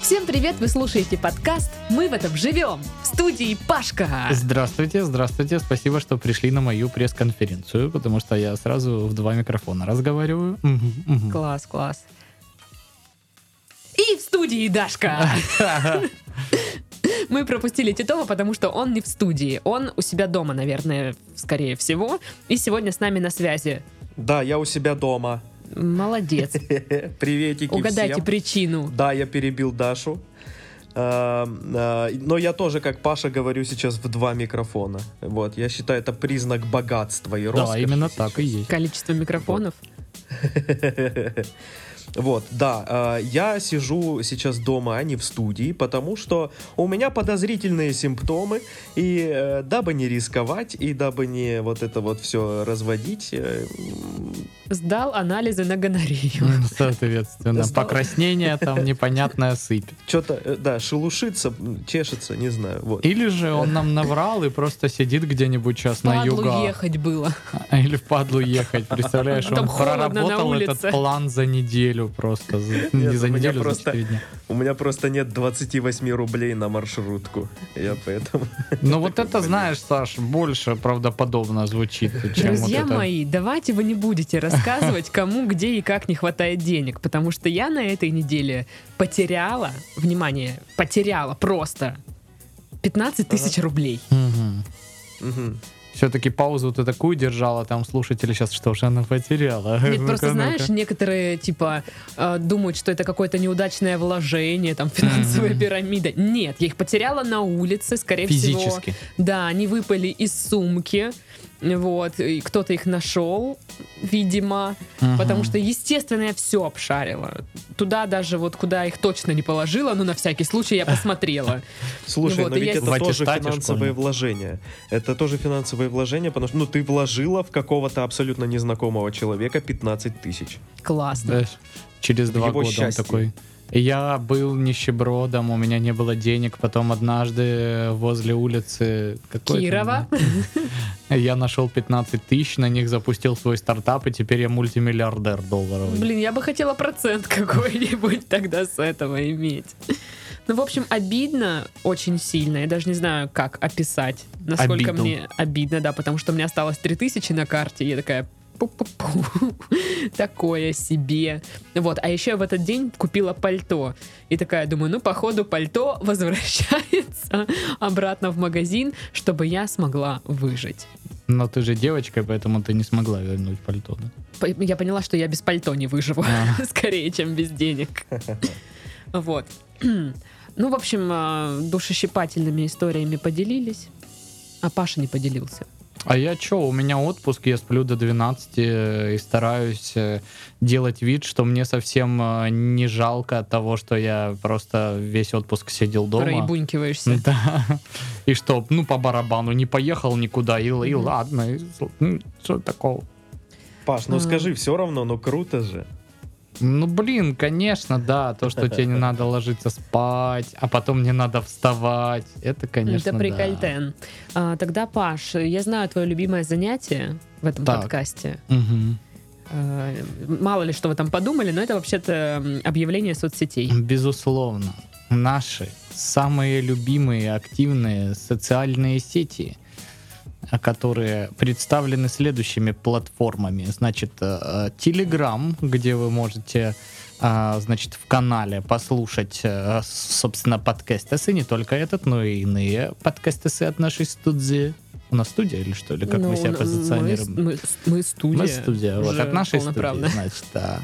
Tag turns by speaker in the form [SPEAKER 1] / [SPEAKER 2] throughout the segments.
[SPEAKER 1] Всем привет! Вы слушаете подкаст «Мы в этом живем» в студии Пашка.
[SPEAKER 2] А.
[SPEAKER 3] Здравствуйте, здравствуйте. Спасибо, что пришли на мою пресс-конференцию, потому что я сразу в два микрофона разговариваю. Мгм, мгм.
[SPEAKER 1] Класс, класс. И в студии Дашка. Мы пропустили Титова, потому что он не в студии. Он у себя дома, наверное, скорее всего. И сегодня с нами на связи.
[SPEAKER 2] Да, я у себя дома.
[SPEAKER 1] Молодец.
[SPEAKER 2] Приветики
[SPEAKER 1] Угадайте
[SPEAKER 2] всем.
[SPEAKER 1] причину.
[SPEAKER 2] Да, я перебил Дашу. Эм, э, Но я тоже, как Паша, говорю сейчас в два микрофона. Вот, я считаю, это признак богатства и роста.
[SPEAKER 3] Да, именно так и есть.
[SPEAKER 1] Количество микрофонов.
[SPEAKER 2] Вот, да, э, я сижу сейчас дома, а не в студии, потому что у меня подозрительные симптомы, и э, дабы не рисковать, и дабы не вот это вот все разводить, э, м,
[SPEAKER 1] Сдал анализы на гонорею.
[SPEAKER 3] М, Соответственно,
[SPEAKER 2] Сдал.
[SPEAKER 3] покраснение там непонятная сыпь.
[SPEAKER 2] что-то, э, да, шелушится, м, чешется, не знаю, вот.
[SPEAKER 3] Или же он нам наврал и просто сидит где-нибудь сейчас на
[SPEAKER 1] Падлу
[SPEAKER 3] югах.
[SPEAKER 1] ехать было.
[SPEAKER 3] Или в падлу ехать. Представляешь,
[SPEAKER 1] Там
[SPEAKER 3] он
[SPEAKER 1] холодно на
[SPEAKER 3] проработал этот
[SPEAKER 1] улице.
[SPEAKER 3] план за неделю просто. за-
[SPEAKER 2] Нет,
[SPEAKER 3] Не за
[SPEAKER 2] у меня
[SPEAKER 3] неделю, за
[SPEAKER 2] просто-
[SPEAKER 3] 4 дня.
[SPEAKER 2] У меня просто нет 28 рублей на маршрутку. Я поэтому...
[SPEAKER 3] Ну вот это, знаешь, Саш, больше правдоподобно звучит, чем вот
[SPEAKER 1] Друзья
[SPEAKER 3] это.
[SPEAKER 1] мои, давайте вы не будете рассказывать, кому, где и как не хватает денег, потому что я на этой неделе потеряла, внимание, потеряла просто 15 тысяч рублей.
[SPEAKER 3] Мгм.
[SPEAKER 2] Мгм.
[SPEAKER 3] Все-таки паузу ты такую держала, там слушатели сейчас что же она потеряла?
[SPEAKER 1] Нет,
[SPEAKER 3] Ну-ка,
[SPEAKER 1] просто
[SPEAKER 3] ну-ка.
[SPEAKER 1] знаешь, некоторые типа э, думают, что это какое-то неудачное вложение, там финансовая
[SPEAKER 3] Мгм.
[SPEAKER 1] пирамида. Нет, я их потеряла на улице, скорее всего.
[SPEAKER 3] Физически.
[SPEAKER 1] Да, они выпали из сумки. Вот, и кто-то их нашел, видимо.
[SPEAKER 3] Мгм.
[SPEAKER 1] Потому что, естественно, я все обшарила. Туда даже вот, куда их точно не положила, ну, на всякий случай я посмотрела.
[SPEAKER 2] Слушай,
[SPEAKER 1] Ну Вот,
[SPEAKER 2] но
[SPEAKER 1] и
[SPEAKER 2] ведь
[SPEAKER 1] я-
[SPEAKER 2] это
[SPEAKER 3] В
[SPEAKER 2] тоже
[SPEAKER 3] аттестате
[SPEAKER 2] финансовые
[SPEAKER 3] школьном.
[SPEAKER 2] вложения. Это тоже финансовые вложения, потому что ну, ты вложила в какого-то абсолютно незнакомого человека 15 тысяч.
[SPEAKER 1] Классно.
[SPEAKER 3] Знаешь, через два
[SPEAKER 2] его
[SPEAKER 3] года
[SPEAKER 2] счастье.
[SPEAKER 3] он такой. Я был нищебродом, у меня не было денег. Потом однажды возле улицы какой это,
[SPEAKER 1] Кирова.
[SPEAKER 3] да, я нашел 15 тысяч, на них запустил свой стартап, и теперь я мультимиллиардер долларовый.
[SPEAKER 1] Блин, я бы хотела процент какой-нибудь тогда с этого иметь. Ну, в общем, обидно очень сильно. Я даже не знаю, как описать, насколько
[SPEAKER 3] Обидно.
[SPEAKER 1] мне обидно, да, потому что у меня осталось 3000 на карте. и Я такая, пу-пу-пу, такое себе. Вот, а еще я в этот день купила пальто. И такая, думаю, ну, походу, пальто возвращается обратно в магазин, чтобы я смогла выжить.
[SPEAKER 3] Но ты же девочка, поэтому ты не смогла вернуть пальто. да?
[SPEAKER 1] По- Я поняла, что я без пальто не выживу.
[SPEAKER 3] А.
[SPEAKER 1] Скорее, чем без денег. Вот. Ну, в общем, а, душещипательными историями поделились. А Паша не поделился.
[SPEAKER 3] А я чё, у меня отпуск, я сплю до 12 э, и стараюсь э, делать вид, что мне совсем э, не жалко от того, что я просто весь отпуск сидел дома. Ну,
[SPEAKER 1] Проебунькиваешься.
[SPEAKER 3] Да. И что, ну, по барабану, не поехал никуда, и, л- и
[SPEAKER 1] Мгм.
[SPEAKER 3] ладно, и с- ну, что такого?
[SPEAKER 2] Паш, ну
[SPEAKER 1] А.
[SPEAKER 2] скажи, все равно, ну круто же.
[SPEAKER 3] Ну, блин, конечно, да, то, что тебе не надо ложиться спать, а потом не надо вставать, это, конечно,
[SPEAKER 1] Это
[SPEAKER 3] да.
[SPEAKER 1] прикольтен. А, Тогда, Паш, я знаю твое любимое занятие в этом
[SPEAKER 3] Так.
[SPEAKER 1] подкасте.
[SPEAKER 3] Мгм.
[SPEAKER 1] А, Мало ли, что вы там подумали, но это вообще-то м, объявление соцсетей.
[SPEAKER 3] Безусловно, наши самые любимые активные социальные сети, а, которые представлены следующими платформами. Значит, э, э, Telegram, где вы можете а, значит, в канале послушать, э, с- собственно, подкастесы, не только этот, но и иные подкастесы от нашей студии. У нас студия или что? Или как
[SPEAKER 1] Ну,
[SPEAKER 3] мы себя
[SPEAKER 1] н-
[SPEAKER 3] позиционируем?
[SPEAKER 1] Мы, мы- мы студия.
[SPEAKER 3] Мы студия, вот,
[SPEAKER 1] Уже
[SPEAKER 3] от нашей студии,
[SPEAKER 1] полноправная.
[SPEAKER 3] значит, да.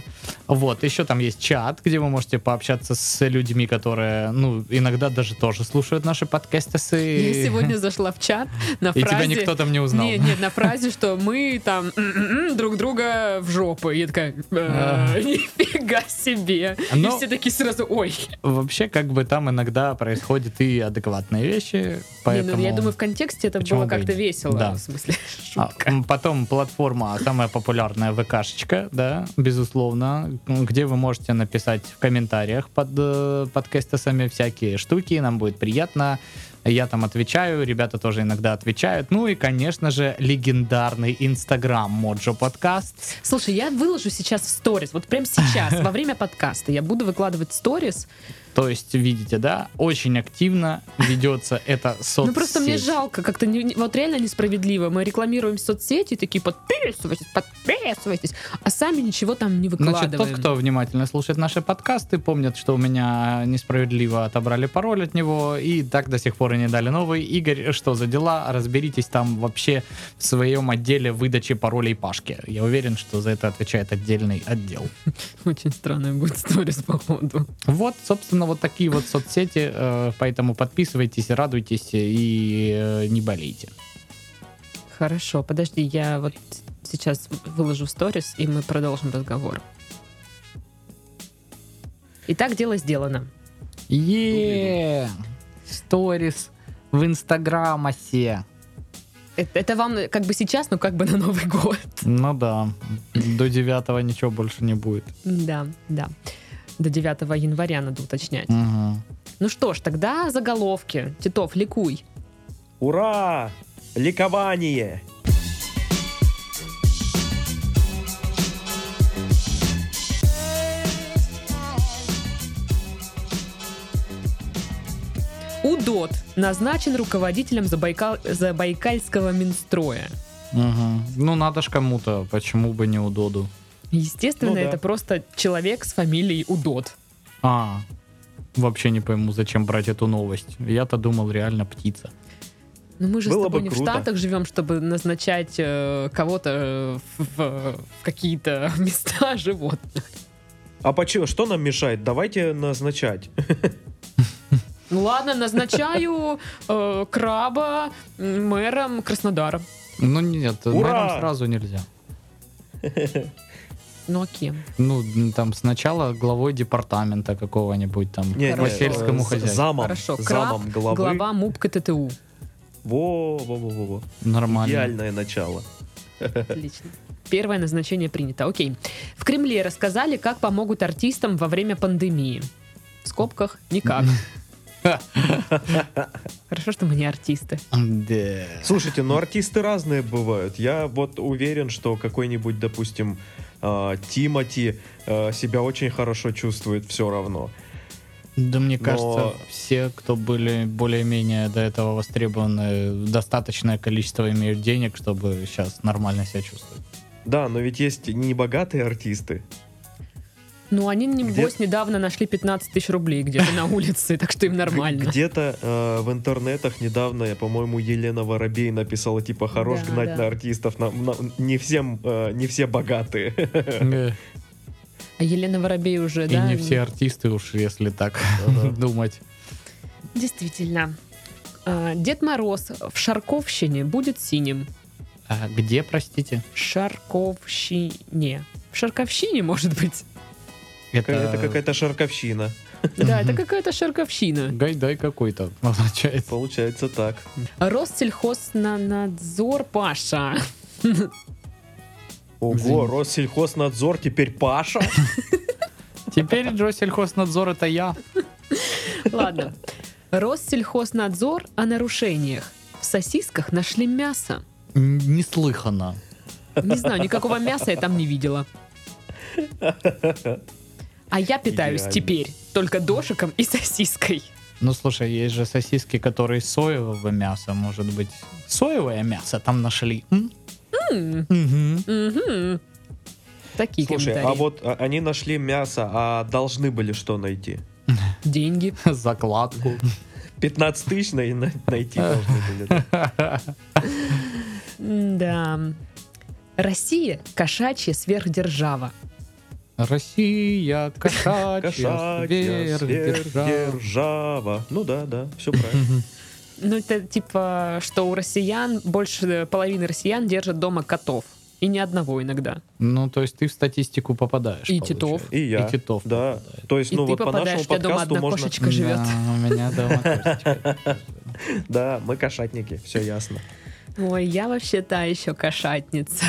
[SPEAKER 3] Вот, еще там есть чат, где вы можете пообщаться с людьми, которые, ну, иногда даже тоже слушают наши подкасты.
[SPEAKER 1] Я
[SPEAKER 3] И,
[SPEAKER 1] сегодня зашла в чат на
[SPEAKER 3] и
[SPEAKER 1] фразе...
[SPEAKER 3] тебя никто там не узнал.
[SPEAKER 1] Нет, нет, на фразе, что мы там м-м-м, друг друга в жопу. И я такая, «Э,
[SPEAKER 3] А.
[SPEAKER 1] нифига себе. И
[SPEAKER 3] Но-
[SPEAKER 1] все такие сразу, ой. ну,
[SPEAKER 3] Вообще, как бы там иногда происходят и адекватные вещи,
[SPEAKER 1] Не,
[SPEAKER 3] поэтому...
[SPEAKER 1] ну, я думаю, в контексте это
[SPEAKER 3] Почему
[SPEAKER 1] было
[SPEAKER 3] бы и
[SPEAKER 1] как-то
[SPEAKER 3] нет?
[SPEAKER 1] весело.
[SPEAKER 3] Да.
[SPEAKER 1] В смысле,
[SPEAKER 3] А,
[SPEAKER 1] шутка.
[SPEAKER 3] м, Потом платформа, самая популярная ВКшечка, да, безусловно, м, где вы можете написать в комментариях под э, подкастосами всякие штуки, нам будет приятно. Я там отвечаю, ребята тоже иногда отвечают. Ну и, конечно же, легендарный Инстаграм Моджо Подкаст.
[SPEAKER 1] Слушай, я выложу сейчас в сторис, вот прям сейчас, во время подкаста. Я буду выкладывать сторис
[SPEAKER 3] То есть, видите, да, очень активно ведется это соцсеть.
[SPEAKER 1] Ну просто мне жалко, как-то не- не- вот реально несправедливо. Мы рекламируем соцсети, такие подписывайтесь, подписывайтесь, а сами ничего там не выкладываем.
[SPEAKER 3] Значит, тот, кто внимательно слушает наши подкасты, помнит, что у меня несправедливо отобрали пароль от него, и так до сих пор и не дали новый. Игорь, что за дела? Разберитесь там вообще в своем отделе выдачи паролей Пашке. Я уверен, что за это отвечает отдельный отдел.
[SPEAKER 1] Очень странная будет сторис, походу.
[SPEAKER 3] Вот, собственно, вот такие вот соцсети, э, поэтому подписывайтесь, радуйтесь и э, не болейте.
[SPEAKER 1] Хорошо, подожди, я вот сейчас выложу в сторис, и мы продолжим разговор. Итак, дело сделано.
[SPEAKER 3] Е, сторис в Инстаграмасе.
[SPEAKER 1] Э- Это вам как бы сейчас, но как бы на Новый год.
[SPEAKER 3] Ну да, до девятого ничего больше не будет.
[SPEAKER 1] Да, да. До 9 января надо уточнять.
[SPEAKER 3] Мгм.
[SPEAKER 1] Ну что ж, тогда заголовки. Титов, ликуй.
[SPEAKER 2] Ура! Ликование!
[SPEAKER 1] УДОТ назначен руководителем Забайкал- Забайкальского Минстроя.
[SPEAKER 3] Мгм. Ну надо ж кому-то, почему бы не у Доду.
[SPEAKER 1] Естественно,
[SPEAKER 2] Ну да.
[SPEAKER 1] это просто человек с фамилией УДОТ.
[SPEAKER 3] А, вообще не пойму, зачем брать эту новость. Я-то думал, реально птица.
[SPEAKER 1] Ну мы же
[SPEAKER 2] Было
[SPEAKER 1] с тобой
[SPEAKER 2] бы
[SPEAKER 1] не в
[SPEAKER 2] круто.
[SPEAKER 1] Штатах живем, чтобы назначать э, кого-то в, в- в какие-то места животных.
[SPEAKER 2] А почему? Что нам мешает? Давайте назначать.
[SPEAKER 1] Ну ладно, назначаю э, краба м, мэром Краснодара.
[SPEAKER 3] Ну нет,
[SPEAKER 2] Ура!
[SPEAKER 3] мэром сразу нельзя.
[SPEAKER 1] Ну а кем?
[SPEAKER 3] Ну, м, там сначала главой департамента какого-нибудь там
[SPEAKER 2] Не,
[SPEAKER 3] по
[SPEAKER 1] Хорошо.
[SPEAKER 3] сельскому
[SPEAKER 2] э, з-
[SPEAKER 3] хозяйству.
[SPEAKER 2] Замом.
[SPEAKER 1] Хорошо, краб,
[SPEAKER 2] замом главы.
[SPEAKER 1] глава МУП КТТУ.
[SPEAKER 2] Во, во, во, во, во.
[SPEAKER 3] Нормально.
[SPEAKER 2] Идеальное начало.
[SPEAKER 1] Отлично. Первое назначение принято. Окей. В Кремле рассказали, как помогут артистам во время пандемии. В скобках никак. Хорошо, что мы не артисты.
[SPEAKER 3] Да.
[SPEAKER 2] Слушайте, ну артисты разные бывают. Я вот уверен, что какой-нибудь, допустим, э, Тимати э, себя очень хорошо чувствует все равно.
[SPEAKER 3] Да, мне
[SPEAKER 2] Но-
[SPEAKER 3] кажется, все, кто были более-менее до этого востребованы, достаточное количество имеют денег, чтобы сейчас нормально себя чувствовать.
[SPEAKER 2] Да, но ведь есть небогатые артисты.
[SPEAKER 1] Ну, они, небось,
[SPEAKER 2] Где-
[SPEAKER 1] недавно нашли 15 тысяч рублей где-то на улице, так что им нормально.
[SPEAKER 2] Где-то э, в интернетах недавно, я, по-моему, Елена Воробей написала, типа, хорош
[SPEAKER 1] Да,
[SPEAKER 2] гнать
[SPEAKER 1] да.
[SPEAKER 2] на артистов, нам- нам- не, всем, э, не все богатые.
[SPEAKER 3] Э,
[SPEAKER 1] А Елена Воробей уже,
[SPEAKER 3] И
[SPEAKER 1] да?
[SPEAKER 3] не все артисты уж, если так
[SPEAKER 2] Да-да.
[SPEAKER 3] думать.
[SPEAKER 1] Действительно. А, Дед Мороз в Шарковщине будет синим.
[SPEAKER 3] А где, простите?
[SPEAKER 1] Шарковщине. В Шарковщине, может быть?
[SPEAKER 2] Какая- Это какая-то шарковщина.
[SPEAKER 1] Да, это
[SPEAKER 3] Мгм.
[SPEAKER 1] какая-то Шарковщина.
[SPEAKER 3] Гайдай какой-то, получается.
[SPEAKER 2] Получается так.
[SPEAKER 1] Россельхознадзор Паша.
[SPEAKER 2] Ого,
[SPEAKER 3] Извините.
[SPEAKER 2] Россельхознадзор теперь Паша.
[SPEAKER 3] Теперь Джосельхознадзор это я.
[SPEAKER 1] Ладно. Россельхознадзор о нарушениях. В сосисках нашли мясо.
[SPEAKER 3] Н- Неслыханно.
[SPEAKER 1] Не знаю, никакого мяса я там не видела. А я питаюсь
[SPEAKER 2] Идеально.
[SPEAKER 1] теперь только дошиком и сосиской.
[SPEAKER 3] Ну слушай, есть же сосиски, которые из соевого мяса, может быть. Соевое мясо там нашли. м? Мгм.
[SPEAKER 1] Мгм. Такие
[SPEAKER 2] Слушай,
[SPEAKER 1] комментарии.
[SPEAKER 2] а вот а, они нашли мясо, а должны были что найти?
[SPEAKER 1] Деньги.
[SPEAKER 3] Закладку.
[SPEAKER 2] 15 тысяч най- най- найти должны были.
[SPEAKER 1] Да. Россия – кошачья сверхдержава.
[SPEAKER 3] Россия, кошачья,
[SPEAKER 2] Кошачья
[SPEAKER 3] сверхдержава.
[SPEAKER 2] сверхдержава. Ну да, да, все правильно.
[SPEAKER 1] Ну, это типа, что у россиян, больше половины россиян держат дома котов. И ни одного иногда.
[SPEAKER 3] Ну, то есть ты в статистику попадаешь.
[SPEAKER 1] И титов.
[SPEAKER 3] получается.
[SPEAKER 2] И я.
[SPEAKER 3] И титов
[SPEAKER 2] Да.
[SPEAKER 3] попадает.
[SPEAKER 2] То есть,
[SPEAKER 1] И
[SPEAKER 2] ну
[SPEAKER 1] ты
[SPEAKER 2] вот по
[SPEAKER 1] попадаешь,
[SPEAKER 2] нашему
[SPEAKER 1] у тебя дома
[SPEAKER 2] подкасту
[SPEAKER 1] одна
[SPEAKER 2] можно...
[SPEAKER 1] кошечка живет.
[SPEAKER 3] Да, у меня дома кошечка.
[SPEAKER 2] Да, мы кошатники, все ясно.
[SPEAKER 1] Ой, я вообще та еще кошатница.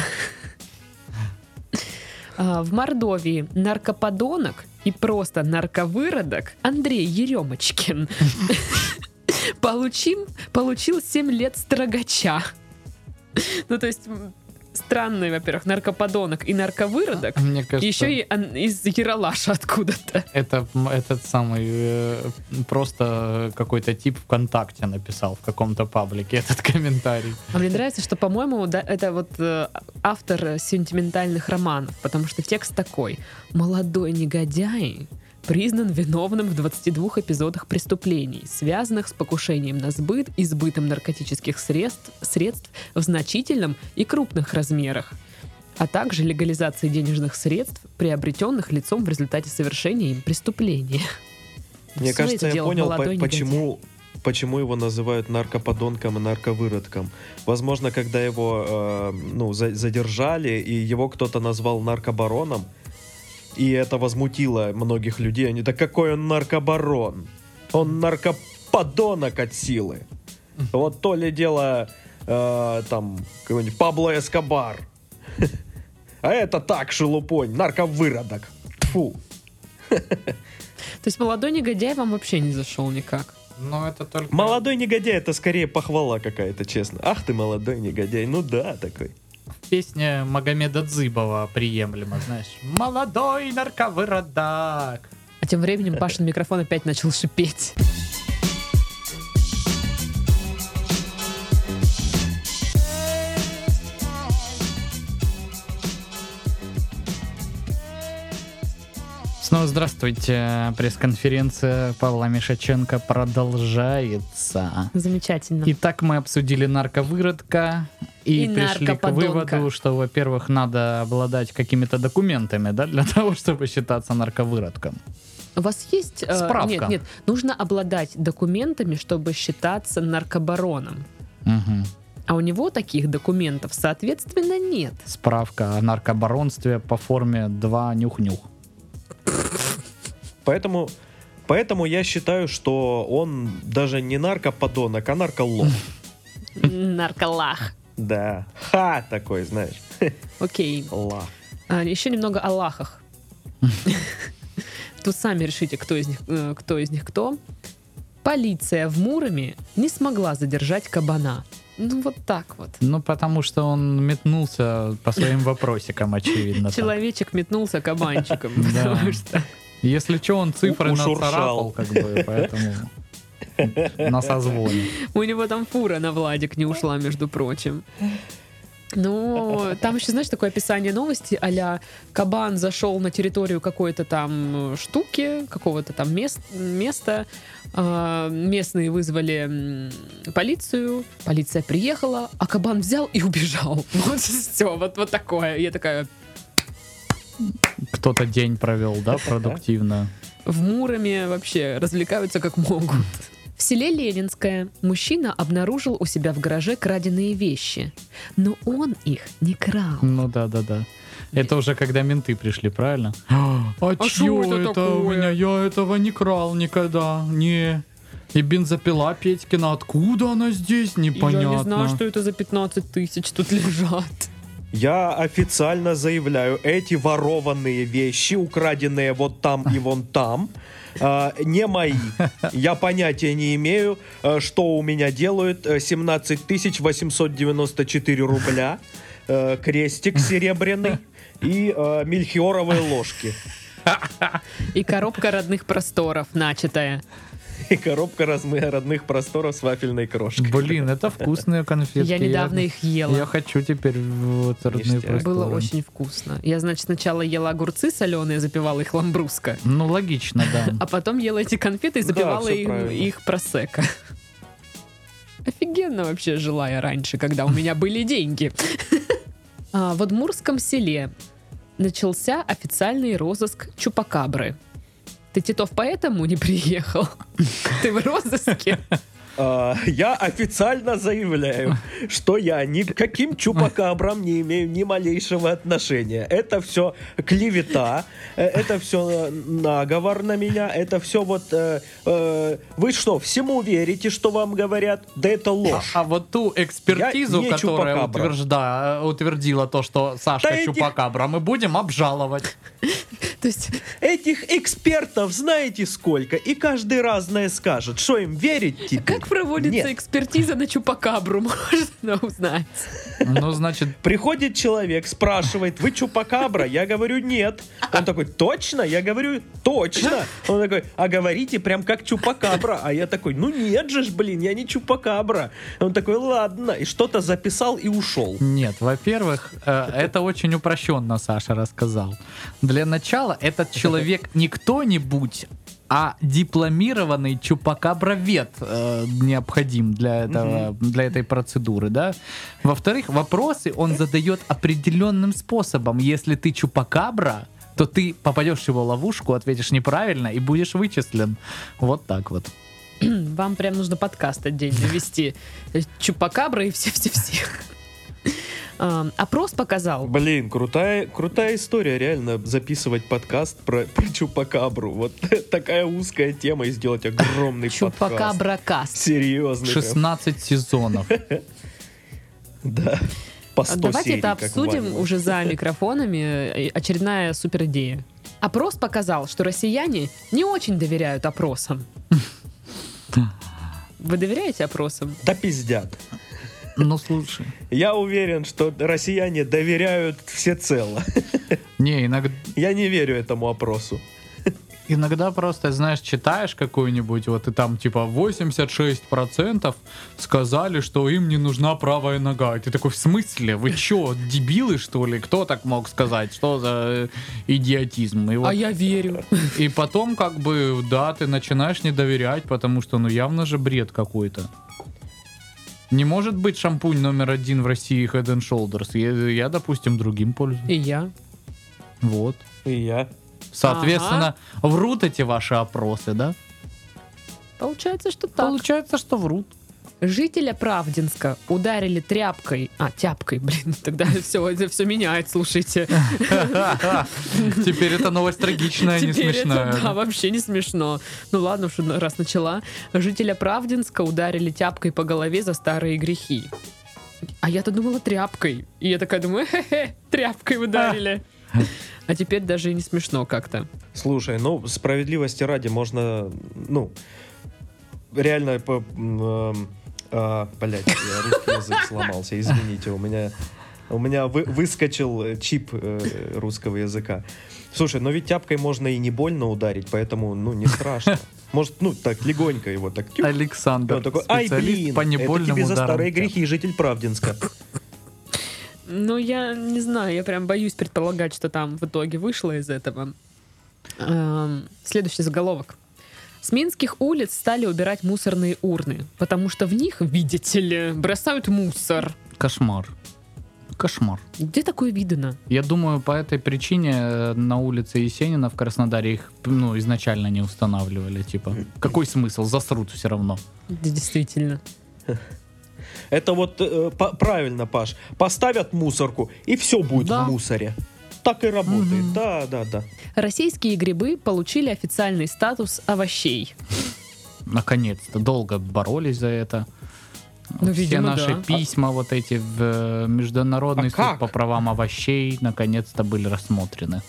[SPEAKER 1] А, В Мордовии наркоподонок и просто нарковыродок Андрей Еремочкин получим, получил 7 лет строгача. Ну, то есть м, странный, во-первых, наркоподонок и нарковыродок,
[SPEAKER 3] Мне кажется,
[SPEAKER 1] еще и он- из Яралаша откуда-то.
[SPEAKER 3] это м, этот самый э, просто какой-то тип ВКонтакте написал в каком-то паблике этот комментарий.
[SPEAKER 1] А мне нравится, что, по-моему, да, это вот э, автор э, сентиментальных романов, потому что текст такой. Молодой негодяй признан виновным в 22 эпизодах преступлений, связанных с покушением на сбыт и сбытом наркотических средств, средств в значительном и крупных размерах, а также легализации денежных средств, приобретенных лицом в результате совершения им преступления.
[SPEAKER 2] Мне
[SPEAKER 1] Всё
[SPEAKER 2] кажется,
[SPEAKER 1] это
[SPEAKER 2] я
[SPEAKER 1] делал
[SPEAKER 2] понял, по-
[SPEAKER 1] молодой негодяй.
[SPEAKER 2] почему, почему его называют наркоподонком и нарковыродком. Возможно, когда его э, ну, за- задержали, и его кто-то назвал наркобароном, и это возмутило многих людей. Они, да какой он наркобарон? Он наркоподонок от силы. Вот то ли дело э, там какой-нибудь Пабло Эскобар. А это так, шелупонь, нарковыродок. Тфу.
[SPEAKER 1] То есть молодой негодяй вам вообще не зашел никак.
[SPEAKER 3] Но это только...
[SPEAKER 2] Молодой негодяй это скорее похвала какая-то, честно. Ах ты молодой негодяй, ну да, такой.
[SPEAKER 3] Песня Магомеда Дзыбова приемлема, знаешь. Молодой нарковыродак.
[SPEAKER 1] А тем временем Пашин микрофон опять начал шипеть.
[SPEAKER 3] Снова здравствуйте. Пресс-конференция Павла Мишаченко продолжается.
[SPEAKER 1] Замечательно.
[SPEAKER 3] Итак, мы обсудили нарковыродка и,
[SPEAKER 1] И
[SPEAKER 3] пришли к
[SPEAKER 1] наркоподонка.
[SPEAKER 3] выводу, что, во-первых, надо обладать какими-то документами, да, для того, чтобы считаться нарковыродком.
[SPEAKER 1] У вас есть... э,
[SPEAKER 3] Справка.
[SPEAKER 1] Нет, нет. Нужно обладать документами, чтобы считаться наркобароном.
[SPEAKER 3] Мгм.
[SPEAKER 1] А у него таких документов, соответственно, нет.
[SPEAKER 3] Справка о наркобаронстве по форме 2 нюх-нюх.
[SPEAKER 2] Поэтому, поэтому я считаю, что он даже не наркоподонок, а нарколох.
[SPEAKER 1] Нарколах.
[SPEAKER 2] Да. Ха такой, знаешь.
[SPEAKER 1] Окей.
[SPEAKER 2] Ла.
[SPEAKER 1] А, еще немного о лахах. Тут сами решите, кто из них, э, кто из них кто. Полиция в Муроме не смогла задержать кабана. Ну вот так вот.
[SPEAKER 3] Ну, потому что он метнулся по своим вопросикам, очевидно. так.
[SPEAKER 1] Человечек метнулся кабанчиком,
[SPEAKER 3] Ну, Да.
[SPEAKER 1] потому что
[SPEAKER 3] Если что, он цифры
[SPEAKER 2] У- ушуршал.
[SPEAKER 3] нацарапал, как бы, поэтому на созвоне.
[SPEAKER 1] У него там фура на Владик не ушла, между прочим. Ну, там еще, знаешь, такое описание новости а кабан зашел на территорию какой-то там э, штуки, какого-то там мест- места, а, местные вызвали м, полицию, полиция приехала, а кабан взял и убежал. Вот все, вот, вот такое. Я такая,
[SPEAKER 3] Кто-то день провел, да, продуктивно.
[SPEAKER 1] в Муроме вообще развлекаются как могут. В селе Ленинское мужчина обнаружил у себя в гараже краденые вещи, но он их не крал.
[SPEAKER 3] Ну да, да, да. Это уже когда менты пришли, правильно? А, чё
[SPEAKER 1] шо это такое?
[SPEAKER 3] Я этого не крал никогда. Не. И бензопила Петькина, откуда она здесь?
[SPEAKER 1] Я не знаю, что это за 15 тысяч тут лежат.
[SPEAKER 2] Я официально заявляю, эти ворованные вещи, украденные вот там и вон там, э, не мои. Я понятия не имею, э, что у меня делают э, 17 894 рубля, э, крестик серебряный и э, мельхиоровые ложки.
[SPEAKER 1] И коробка родных просторов начатая.
[SPEAKER 2] И коробка размы- родных просторов с вафельной крошкой.
[SPEAKER 3] Блин, это вкусные конфетки.
[SPEAKER 1] Я недавно их
[SPEAKER 3] Я
[SPEAKER 1] ела.
[SPEAKER 3] хочу теперь вот родные
[SPEAKER 2] Ништяк.
[SPEAKER 1] Было
[SPEAKER 3] просторы.
[SPEAKER 1] очень вкусно. Я, значит, сначала ела огурцы соленые, запивала их ламбруска,
[SPEAKER 3] Ну, логично,
[SPEAKER 1] а
[SPEAKER 3] да.
[SPEAKER 1] потом ела эти конфеты и
[SPEAKER 2] Да,
[SPEAKER 1] запивала
[SPEAKER 2] всё
[SPEAKER 1] их,
[SPEAKER 2] правильно.
[SPEAKER 1] их просека. Офигенно вообще жила я раньше, когда у меня были деньги. А, В Адмурском селе начался официальный розыск Чупакабры. Ты, Титов, поэтому не приехал? Ты в розыске?
[SPEAKER 2] А, Я официально заявляю, что я ни к каким чупакабрам не имею ни малейшего отношения. Это все клевета, э, это все наговор на меня, это все вот... э, э, Вы что, всему верите, что вам говорят? Да это ложь.
[SPEAKER 3] А вот ту экспертизу,
[SPEAKER 2] Я не
[SPEAKER 3] которая
[SPEAKER 2] чупакабра.
[SPEAKER 3] утвержда- утвердила то, что
[SPEAKER 2] Да
[SPEAKER 3] Сашка
[SPEAKER 2] иди-
[SPEAKER 3] Чупакабра, мы будем обжаловать.
[SPEAKER 1] То есть,
[SPEAKER 2] Этих экспертов знаете сколько, и каждый разное скажет. Что им верить теперь?
[SPEAKER 1] как проводится
[SPEAKER 2] Нет.
[SPEAKER 1] экспертиза на Чупакабру, можно узнать.
[SPEAKER 3] Ну, значит,
[SPEAKER 2] Приходит человек, спрашивает, вы чупакабра? Я говорю, нет. Он такой, точно? Я говорю, точно. Он такой, а говорите прям как чупакабра. А я такой, ну нет же ж, блин, я не чупакабра. Он такой, ладно. И что-то записал и ушел.
[SPEAKER 3] Нет, во-первых, э, это очень упрощенно Саша рассказал. Для начала этот человек не кто-нибудь, а дипломированный чупакабровед э, необходим для, этого, для этой процедуры, да? Во-вторых, вопросы он задает определенным способом. Если ты чупакабра, то ты попадешь в его ловушку, ответишь неправильно и будешь вычислен. Вот так вот.
[SPEAKER 1] Хм, Вам прям нужно подкаст отдельно вести. Чупакабра и все-все-все. Ам, Опрос показал.
[SPEAKER 2] Блин, крутая, крутая история, реально, записывать подкаст про, про чупакабру. Вот такая узкая тема и сделать огромный подкаст.
[SPEAKER 1] Чупакабракаст.
[SPEAKER 2] Серьезно. прям.
[SPEAKER 3] 16 сезонов.
[SPEAKER 2] Да. По 100
[SPEAKER 1] Давайте
[SPEAKER 2] серий,
[SPEAKER 1] это
[SPEAKER 2] как
[SPEAKER 1] обсудим
[SPEAKER 2] Ванна.
[SPEAKER 1] уже за микрофонами. И Очередная супер идея. Опрос показал, что россияне не очень доверяют опросам. Вы доверяете опросам?
[SPEAKER 2] Да пиздят.
[SPEAKER 3] Ну, слушай.
[SPEAKER 2] Я уверен, что россияне доверяют всецело.
[SPEAKER 3] Не, иногда,
[SPEAKER 2] Я не верю этому опросу.
[SPEAKER 3] Иногда просто, знаешь, читаешь какую-нибудь, вот и там типа 86% сказали, что им не нужна правая нога. И ты такой, в смысле? Вы чё, дебилы что ли? Кто так мог сказать? Что за идиотизм? И, вот-
[SPEAKER 1] А я верю.
[SPEAKER 3] и потом как бы, да, ты начинаешь не доверять, потому что ну явно же бред какой-то. Не может быть шампунь номер один в России Head and Shoulders. Я, я, допустим, другим пользуюсь.
[SPEAKER 1] И я.
[SPEAKER 3] Вот.
[SPEAKER 2] И я.
[SPEAKER 3] Соответственно, врут эти ваши опросы, да?
[SPEAKER 1] Получается, что так.
[SPEAKER 3] Получается, что врут.
[SPEAKER 1] Жителя Правдинска ударили тряпкой. А, тяпкой, блин, тогда все, все меняет, слушайте.
[SPEAKER 3] Теперь эта новость трагичная, не
[SPEAKER 1] Теперь
[SPEAKER 3] смешная.
[SPEAKER 1] это, да, вообще не смешно. Ну ладно, уж раз начала. Жителя Правдинска ударили тяпкой по голове за старые грехи. А я-то думала тряпкой. И я такая думаю, хе-хе, тряпкой ударили. А теперь даже и не смешно как-то.
[SPEAKER 2] Слушай, ну, справедливости ради можно, ну, реально, по, м, а, блядь, я русский язык сломался, извините, у меня, у меня вы- выскочил э, чип э, русского языка. Слушай, но ведь тяпкой можно и не больно ударить, поэтому, ну, не страшно. Может, ну, так, легонько его так тюк. И
[SPEAKER 3] Александр,
[SPEAKER 2] он такой, ай,
[SPEAKER 3] А, специалист
[SPEAKER 2] блин,
[SPEAKER 3] по
[SPEAKER 2] это тебе
[SPEAKER 3] небольным
[SPEAKER 2] за
[SPEAKER 3] ударам.
[SPEAKER 2] старые грехи, житель Правдинска.
[SPEAKER 1] Ну, я не знаю, я прям боюсь предполагать, что там в итоге вышло из этого. Эм, Следующий заголовок. С минских улиц стали убирать мусорные урны, потому что в них, видите ли, бросают мусор.
[SPEAKER 3] Кошмар. Кошмар.
[SPEAKER 1] Где такое видано?
[SPEAKER 3] Я думаю, по этой причине э, на улице Есенина в Краснодаре их ну, изначально не устанавливали. Типа, какой смысл? Засрут все равно.
[SPEAKER 1] Да, Действительно.
[SPEAKER 2] Это вот э, па- правильно, Паш. Поставят мусорку, и все будет
[SPEAKER 3] Да.
[SPEAKER 2] в мусоре. Так и работает.
[SPEAKER 3] Мгм.
[SPEAKER 2] Да, да, да.
[SPEAKER 1] Российские грибы получили официальный статус овощей.
[SPEAKER 3] Наконец-то. Долго боролись за это.
[SPEAKER 1] Ну,
[SPEAKER 3] Все
[SPEAKER 1] видимо,
[SPEAKER 3] наши
[SPEAKER 1] да.
[SPEAKER 3] письма вот эти в э, Международный
[SPEAKER 2] А
[SPEAKER 3] суд
[SPEAKER 2] как?
[SPEAKER 3] по правам овощей наконец-то были рассмотрены.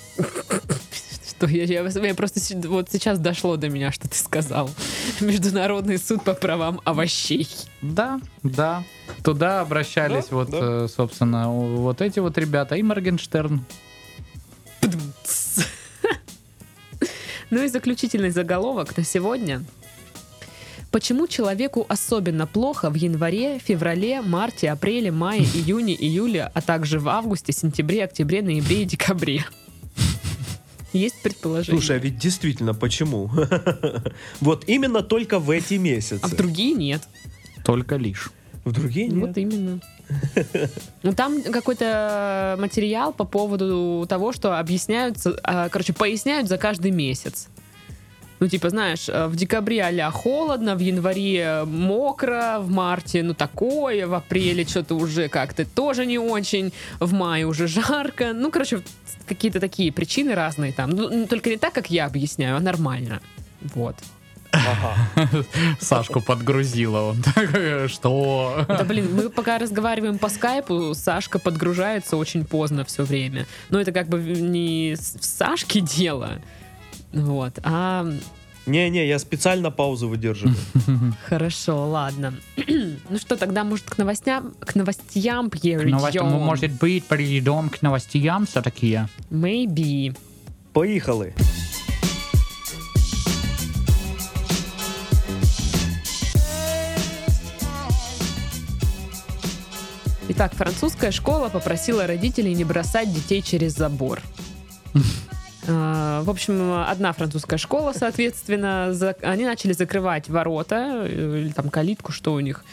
[SPEAKER 1] Что я, я, я просто си- вот сейчас дошло до меня, что ты сказал. Международный суд по правам овощей.
[SPEAKER 3] Да, да. Туда обращались
[SPEAKER 2] Да,
[SPEAKER 3] вот,
[SPEAKER 2] да.
[SPEAKER 3] э, собственно, у- вот эти вот ребята и Моргенштерн.
[SPEAKER 1] Пдмц. Ну и заключительный заголовок на сегодня. Почему человеку особенно плохо в январе, феврале, марте, апреле, мае, июне, июле, а также в августе, сентябре, октябре, ноябре и декабре? Есть предположение?
[SPEAKER 2] Слушай, а ведь действительно, почему? Вот именно только в эти
[SPEAKER 1] а в
[SPEAKER 2] месяцы.
[SPEAKER 1] другие нет.
[SPEAKER 3] Только лишь.
[SPEAKER 2] В другие
[SPEAKER 1] Вот
[SPEAKER 2] нет.
[SPEAKER 1] именно. Ну там какой-то э, материал по поводу того, что объясняются, а, короче, поясняют за каждый месяц. Ну, типа, знаешь, э, в декабре а холодно, в январе э, мокро, в марте, ну, такое, в апреле что-то уже как-то тоже не очень, в мае уже жарко. Ну, короче, какие-то такие причины разные там. Ну, н- только не так, как я объясняю, а нормально. Вот.
[SPEAKER 2] Ага.
[SPEAKER 3] Сашку подгрузило. Он такой, э, что?
[SPEAKER 1] Да блин, мы пока разговариваем по скайпу, Сашка подгружается очень поздно все время. Но это как бы не с- в Сашке дело. Вот, а
[SPEAKER 2] Не-не, я специально паузу выдерживаю.
[SPEAKER 1] хорошо, ладно. ну что, тогда, может, к новостям, к новостям перейдем?
[SPEAKER 3] Ну, поэтому, может быть, перейдем к новостям все-таки.
[SPEAKER 1] Maybe.
[SPEAKER 2] Поехали.
[SPEAKER 1] Итак, французская школа попросила родителей не бросать детей через забор. А, В общем, одна французская школа, соответственно, за- они начали закрывать ворота э, или там калитку, что у них,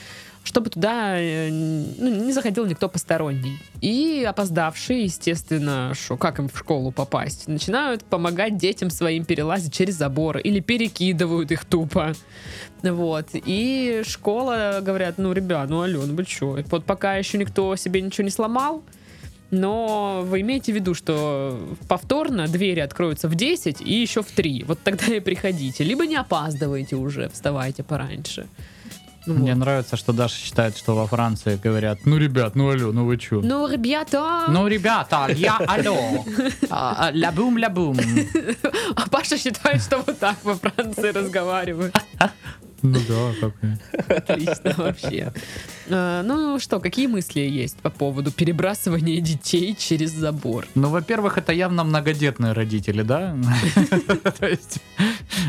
[SPEAKER 1] чтобы туда э, н- ну, не заходил никто посторонний. И опоздавшие, естественно, шо, как им в школу попасть, начинают помогать детям своим перелазить через заборы или перекидывают их тупо. Вот. И школа говорят, ну, ребят, ну, Ален, вы чё? Вот пока еще никто себе ничего не сломал, но вы имеете в виду, что повторно двери откроются в 10 и еще в 3. Вот тогда и приходите. Либо не опаздывайте уже, вставайте пораньше. Вот.
[SPEAKER 3] Мне нравится, что Даша считает, что во Франции говорят, ну, ребят, ну, алло, ну, вы чё?
[SPEAKER 1] Ну, ребята,
[SPEAKER 3] Ну, ребята, я алло. А, а, Лябум-лябум.
[SPEAKER 1] а Паша считает, что вот так во Франции разговаривают.
[SPEAKER 3] Ну да, как и-
[SPEAKER 1] Отлично вообще. А, Ну что, какие мысли есть по поводу перебрасывания детей через забор?
[SPEAKER 3] Ну, во-первых, это явно многодетные родители, да? То есть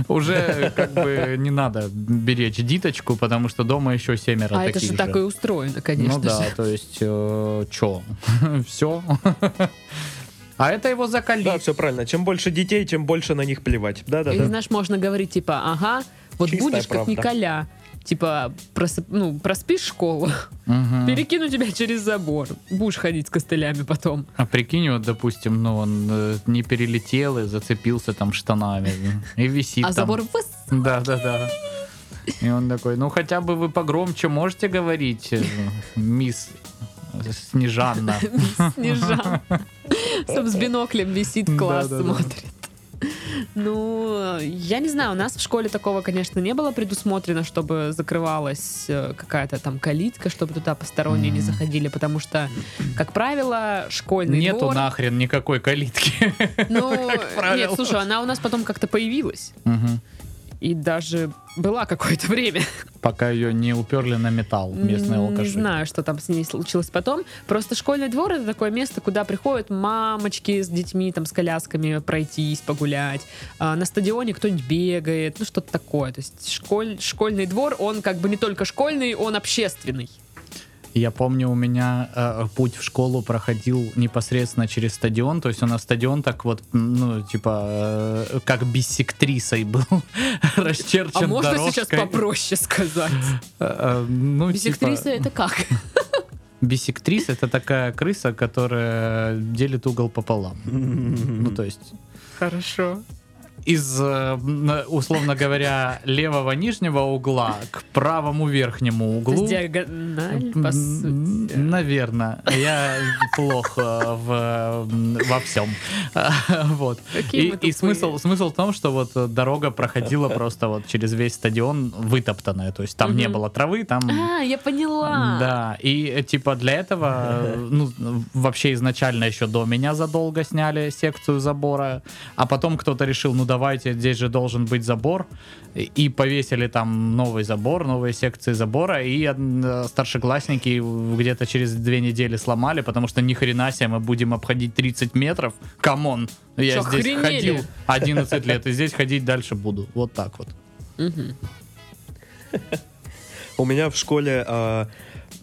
[SPEAKER 3] уже как бы не надо беречь диточку, потому что дома еще семеро
[SPEAKER 1] А
[SPEAKER 3] таких
[SPEAKER 1] это же так и устроено,
[SPEAKER 3] Ну
[SPEAKER 1] конечно же.
[SPEAKER 3] да, то есть, э, чё, все. А это его закалит.
[SPEAKER 2] Да, все правильно. Чем больше детей, тем больше на них плевать.
[SPEAKER 1] Или,
[SPEAKER 2] Да-да-да.
[SPEAKER 1] знаешь, можно говорить, типа, ага, вот
[SPEAKER 2] Чистая
[SPEAKER 1] будешь как
[SPEAKER 2] правда.
[SPEAKER 1] Николя. Типа, просып- ну, проспишь школу,
[SPEAKER 3] Мгм.
[SPEAKER 1] перекину тебя через забор. Будешь ходить с костылями потом.
[SPEAKER 3] А прикинь, вот, допустим, ну, он э, не перелетел и зацепился там штанами. И висит
[SPEAKER 1] а
[SPEAKER 3] там.
[SPEAKER 1] забор выс-
[SPEAKER 3] Да, да, да. И он такой, ну хотя бы вы погромче можете говорить, э, мисс Снежанна.
[SPEAKER 1] снежан. Чтоб с биноклем висит, класс
[SPEAKER 3] Да-да-да.
[SPEAKER 1] смотрит. Ну, я не знаю, у нас в школе такого, конечно, не было предусмотрено, чтобы закрывалась э, какая-то там калитка, чтобы туда посторонние не
[SPEAKER 3] Мгм.
[SPEAKER 1] заходили, потому что, как правило, школьный
[SPEAKER 3] Нету
[SPEAKER 1] двор...
[SPEAKER 3] нахрен никакой калитки.
[SPEAKER 1] Ну, нет,
[SPEAKER 3] правило.
[SPEAKER 1] слушай, она у нас потом как-то появилась.
[SPEAKER 3] Мгм.
[SPEAKER 1] И даже была какое-то время.
[SPEAKER 3] Пока ее не уперли на металл местные
[SPEAKER 1] М, Не
[SPEAKER 3] алкаши.
[SPEAKER 1] знаю, что там с ней случилось потом. Просто школьный двор — это такое место, куда приходят мамочки с детьми, там, с колясками пройтись, погулять. А, на стадионе кто-нибудь бегает, ну, что-то такое. То есть школь- школьный двор, он как бы не только школьный, он общественный.
[SPEAKER 3] Я помню, у меня э, путь в школу проходил непосредственно через стадион. То есть у нас стадион так вот, ну, типа, э, как биссектрисой был расчерчен
[SPEAKER 1] а можно
[SPEAKER 3] дорожкой.
[SPEAKER 1] сейчас попроще сказать?
[SPEAKER 3] Э, э, ну,
[SPEAKER 1] Бисектриса
[SPEAKER 3] типа,
[SPEAKER 1] это как?
[SPEAKER 3] биссектриса — это такая крыса, которая делит угол пополам. Ну, то есть
[SPEAKER 1] Хорошо.
[SPEAKER 3] из, э, м, условно говоря, левого нижнего угла к правому верхнему углу.
[SPEAKER 1] диагональ, по сути.
[SPEAKER 3] М-м-м. Наверное. Я плохо в, э, во всем. Вот.
[SPEAKER 1] Какие
[SPEAKER 3] И,
[SPEAKER 1] мы
[SPEAKER 3] и
[SPEAKER 1] тупые.
[SPEAKER 3] смысл, смысл в том, что вот э, дорога проходила просто вот через весь стадион вытоптанная. То есть там не
[SPEAKER 1] Мгм.
[SPEAKER 3] было травы, там...
[SPEAKER 1] А, я поняла.
[SPEAKER 3] Да, и э, типа для этого, э, ну, вообще изначально еще до меня задолго сняли секцию забора, а потом кто-то решил, ну давайте, здесь же должен быть забор, и- и повесили там новый забор, новые секции забора, и э, старшеклассники его где-то через две недели сломали, потому что ни хрена себе мы будем обходить 30 метров, камон, я
[SPEAKER 1] Что,
[SPEAKER 3] здесь
[SPEAKER 1] охренели?
[SPEAKER 3] ходил 11 лет, и здесь ходить дальше буду, вот так вот.
[SPEAKER 1] Мгм.
[SPEAKER 2] У меня в школе э,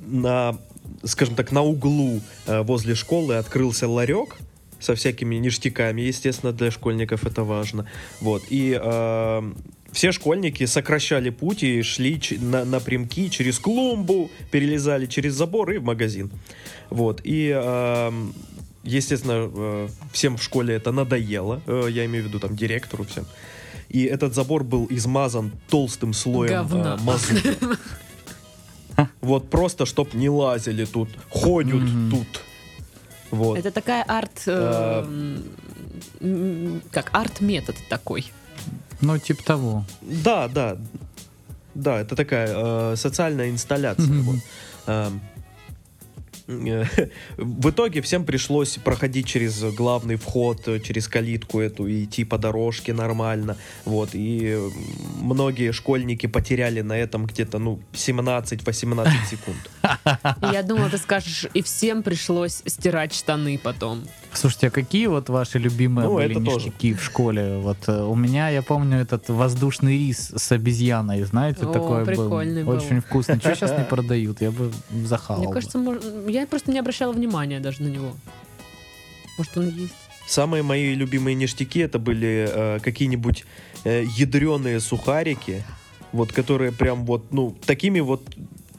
[SPEAKER 2] на, скажем так, на углу э, возле школы открылся ларек со всякими ништяками. Естественно, для школьников это важно. Вот. И э, все школьники сокращали путь и шли ч- на, напрямки через клумбу, перелезали через забор и в магазин. Вот. И, эм, естественно, э, всем в школе это надоело. Э, я имею в виду там директору всем. И этот забор был измазан толстым слоем
[SPEAKER 1] Говна.
[SPEAKER 3] а,
[SPEAKER 2] э, мазута. Вот просто, чтоб не лазили тут, ходят
[SPEAKER 3] Мгм.
[SPEAKER 2] тут. Вот.
[SPEAKER 1] Это такая арт... э,
[SPEAKER 2] Э,
[SPEAKER 1] м, м, Как арт-метод такой.
[SPEAKER 3] Ну, типа того.
[SPEAKER 2] Да, да. Да, это такая э, социальная инсталляция.
[SPEAKER 3] Мгм.
[SPEAKER 2] вот. Эм, э, В итоге всем пришлось проходить через главный вход, э, через калитку эту и идти по дорожке нормально. Вот, и э, многие школьники потеряли на этом где-то, ну, 17-18 секунд.
[SPEAKER 1] И Я думала, ты скажешь, и всем пришлось стирать штаны потом.
[SPEAKER 3] Слушайте, а какие вот ваши любимые
[SPEAKER 2] Ну,
[SPEAKER 3] были
[SPEAKER 2] это тоже.
[SPEAKER 3] ништяки в школе? Вот э, у меня, я помню, этот воздушный рис с обезьяной, знаете,
[SPEAKER 1] О,
[SPEAKER 3] такой
[SPEAKER 1] прикольный был.
[SPEAKER 3] Очень вкусный. Чего сейчас не продают? Я бы захавал.
[SPEAKER 1] Мне
[SPEAKER 3] бы.
[SPEAKER 1] кажется, мож- я просто не обращала внимания даже на него. Может, он есть?
[SPEAKER 2] Самые мои любимые ништяки это были э, какие-нибудь э, ядреные сухарики, вот которые прям вот, ну, такими вот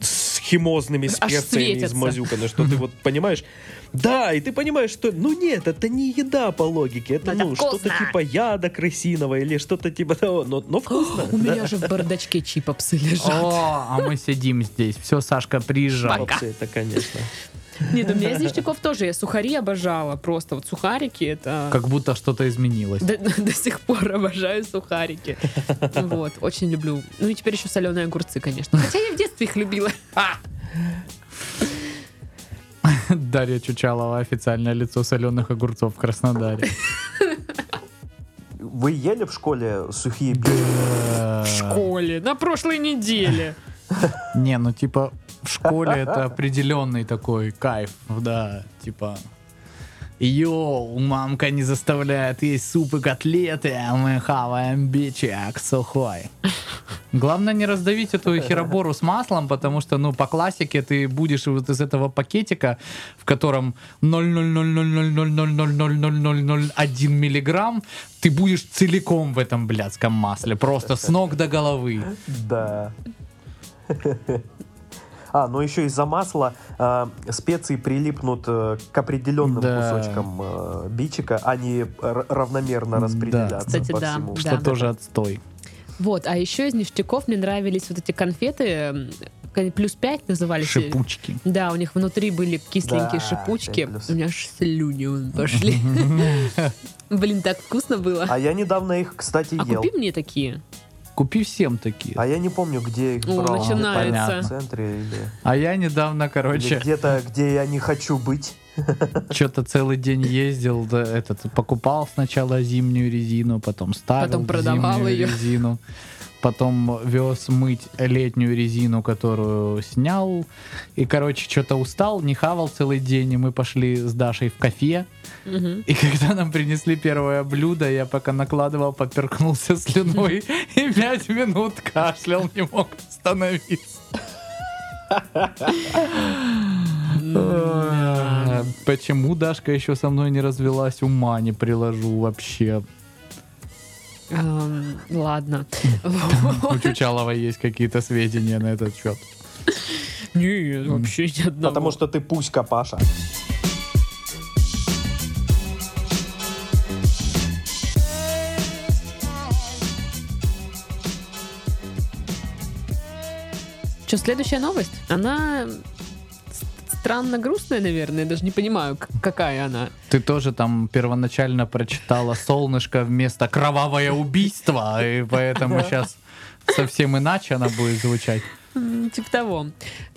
[SPEAKER 2] с химозными
[SPEAKER 1] Аж
[SPEAKER 2] специями
[SPEAKER 1] светятся.
[SPEAKER 2] измазюканы, что ты вот понимаешь, да, и ты понимаешь, что, ну нет, это не еда по логике, это,
[SPEAKER 1] Но это
[SPEAKER 2] ну, что-то
[SPEAKER 1] вкусно.
[SPEAKER 2] типа яда крысиного или что-то типа того, но, но вкусно.
[SPEAKER 1] У
[SPEAKER 2] да.
[SPEAKER 1] меня же в бардачке чипопсы лежат.
[SPEAKER 3] О, а мы сидим здесь. Все, Сашка, приезжай.
[SPEAKER 2] Вот Это, конечно.
[SPEAKER 1] Нет, у меня из ништяков тоже. Я сухари обожала. Просто вот сухарики это...
[SPEAKER 3] Как будто что-то изменилось.
[SPEAKER 1] До, до сих пор обожаю сухарики. Вот, очень люблю. Ну и теперь еще соленые огурцы, конечно. Хотя я в детстве их любила.
[SPEAKER 3] Дарья Чучалова, официальное лицо соленых огурцов в Краснодаре.
[SPEAKER 2] Вы ели в школе сухие
[SPEAKER 1] В школе, на прошлой неделе.
[SPEAKER 3] Не, ну типа в школе это определенный такой кайф, да, типа... Йоу, мамка не заставляет есть суп и котлеты, а мы хаваем бичек сухой. Главное не раздавить эту херобору с маслом, потому что, ну, по классике ты будешь вот из этого пакетика, в котором 0,0000000001 миллиграмм, ты будешь целиком в этом блядском масле, просто с ног до головы.
[SPEAKER 2] Да. А, ну еще из-за масла э, специи прилипнут э, к определенным
[SPEAKER 3] Да.
[SPEAKER 2] кусочкам э, бичика, они р- равномерно
[SPEAKER 3] Да.
[SPEAKER 2] распределятся
[SPEAKER 1] Кстати,
[SPEAKER 2] по
[SPEAKER 1] да.
[SPEAKER 2] всему.
[SPEAKER 1] Да.
[SPEAKER 3] что тоже отстой.
[SPEAKER 1] Вот, а еще из ништяков мне нравились вот эти конфеты, м, они плюс 5 назывались.
[SPEAKER 3] Шипучки.
[SPEAKER 1] Да, у них внутри были кисленькие
[SPEAKER 2] Да,
[SPEAKER 1] шипучки.
[SPEAKER 2] пять плюс.
[SPEAKER 1] У меня аж слюни вон пошли. Блин, так вкусно было.
[SPEAKER 2] А я недавно их, кстати,
[SPEAKER 1] А
[SPEAKER 2] ел.
[SPEAKER 1] купи мне такие.
[SPEAKER 3] Купи всем такие.
[SPEAKER 2] А я не помню, где их
[SPEAKER 1] О,
[SPEAKER 2] брал.
[SPEAKER 1] начинается.
[SPEAKER 2] В центре или,
[SPEAKER 3] А я недавно,
[SPEAKER 2] или
[SPEAKER 3] короче,
[SPEAKER 2] где-то, где я не хочу быть.
[SPEAKER 3] что-то целый день ездил, да, этот, покупал сначала зимнюю резину, потом ставил
[SPEAKER 1] Потом продавал
[SPEAKER 3] зимнюю
[SPEAKER 1] её.
[SPEAKER 3] резину, потом вез мыть летнюю резину, которую снял, и, короче, что-то устал, не хавал целый день, и мы пошли с Дашей в кафе,
[SPEAKER 1] Мгм.
[SPEAKER 3] И когда нам принесли первое блюдо, я пока накладывал, поперхнулся слюной и пять минут кашлял, не мог остановиться. Э, Почему Дашка еще со мной не развелась, ума не приложу вообще.
[SPEAKER 1] Эм, Ладно.
[SPEAKER 3] У Чучалова есть какие-то сведения на этот счет.
[SPEAKER 1] Нет, вообще ни одного.
[SPEAKER 2] Потому что ты пуська, Паша.
[SPEAKER 1] Что, следующая новость? Она с- странно грустная, наверное. Я даже не понимаю, к- какая она.
[SPEAKER 3] Ты тоже там первоначально прочитала «Солнышко» вместо «Кровавое убийство», и поэтому сейчас совсем иначе она будет звучать.
[SPEAKER 1] М, Типа того.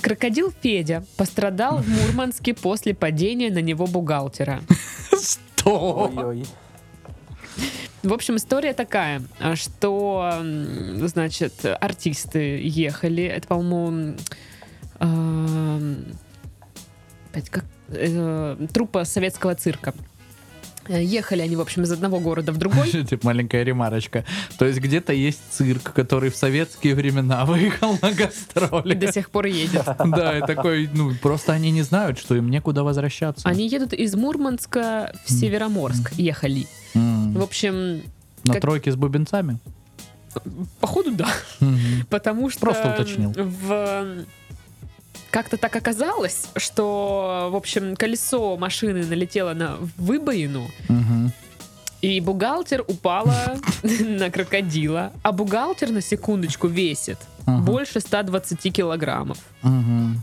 [SPEAKER 1] Крокодил Федя пострадал в Мурманске после падения на него бухгалтера.
[SPEAKER 3] Что?
[SPEAKER 2] Ой-ой.
[SPEAKER 1] В общем, история такая, а, что, м, значит, артисты ехали, это, по-моему, м, эм, опять как, э, труппа советского цирка. Э, Ехали они, в общем, из одного города в другой.
[SPEAKER 3] Типа маленькая ремарочка. То есть где-то есть цирк, который в советские времена выехал на
[SPEAKER 1] И
[SPEAKER 3] гастроли.
[SPEAKER 1] до сих пор едет.
[SPEAKER 3] Да, и такой, ну, просто они не знают, что им некуда возвращаться.
[SPEAKER 1] Они едут из Мурманска в Североморск. Ехали.
[SPEAKER 3] М,
[SPEAKER 1] В общем,
[SPEAKER 3] На
[SPEAKER 1] как-
[SPEAKER 3] тройке с бубенцами?
[SPEAKER 1] походу, да.
[SPEAKER 3] Мгм.
[SPEAKER 1] Потому что...
[SPEAKER 3] Просто уточнил.
[SPEAKER 1] В... Как-то так оказалось, что, в общем, колесо машины налетело на выбоину,
[SPEAKER 3] Мгм.
[SPEAKER 1] и бухгалтер упала на крокодила. А бухгалтер, на секундочку, весит
[SPEAKER 3] Ага.
[SPEAKER 1] больше 120 килограммов.
[SPEAKER 3] Мгм.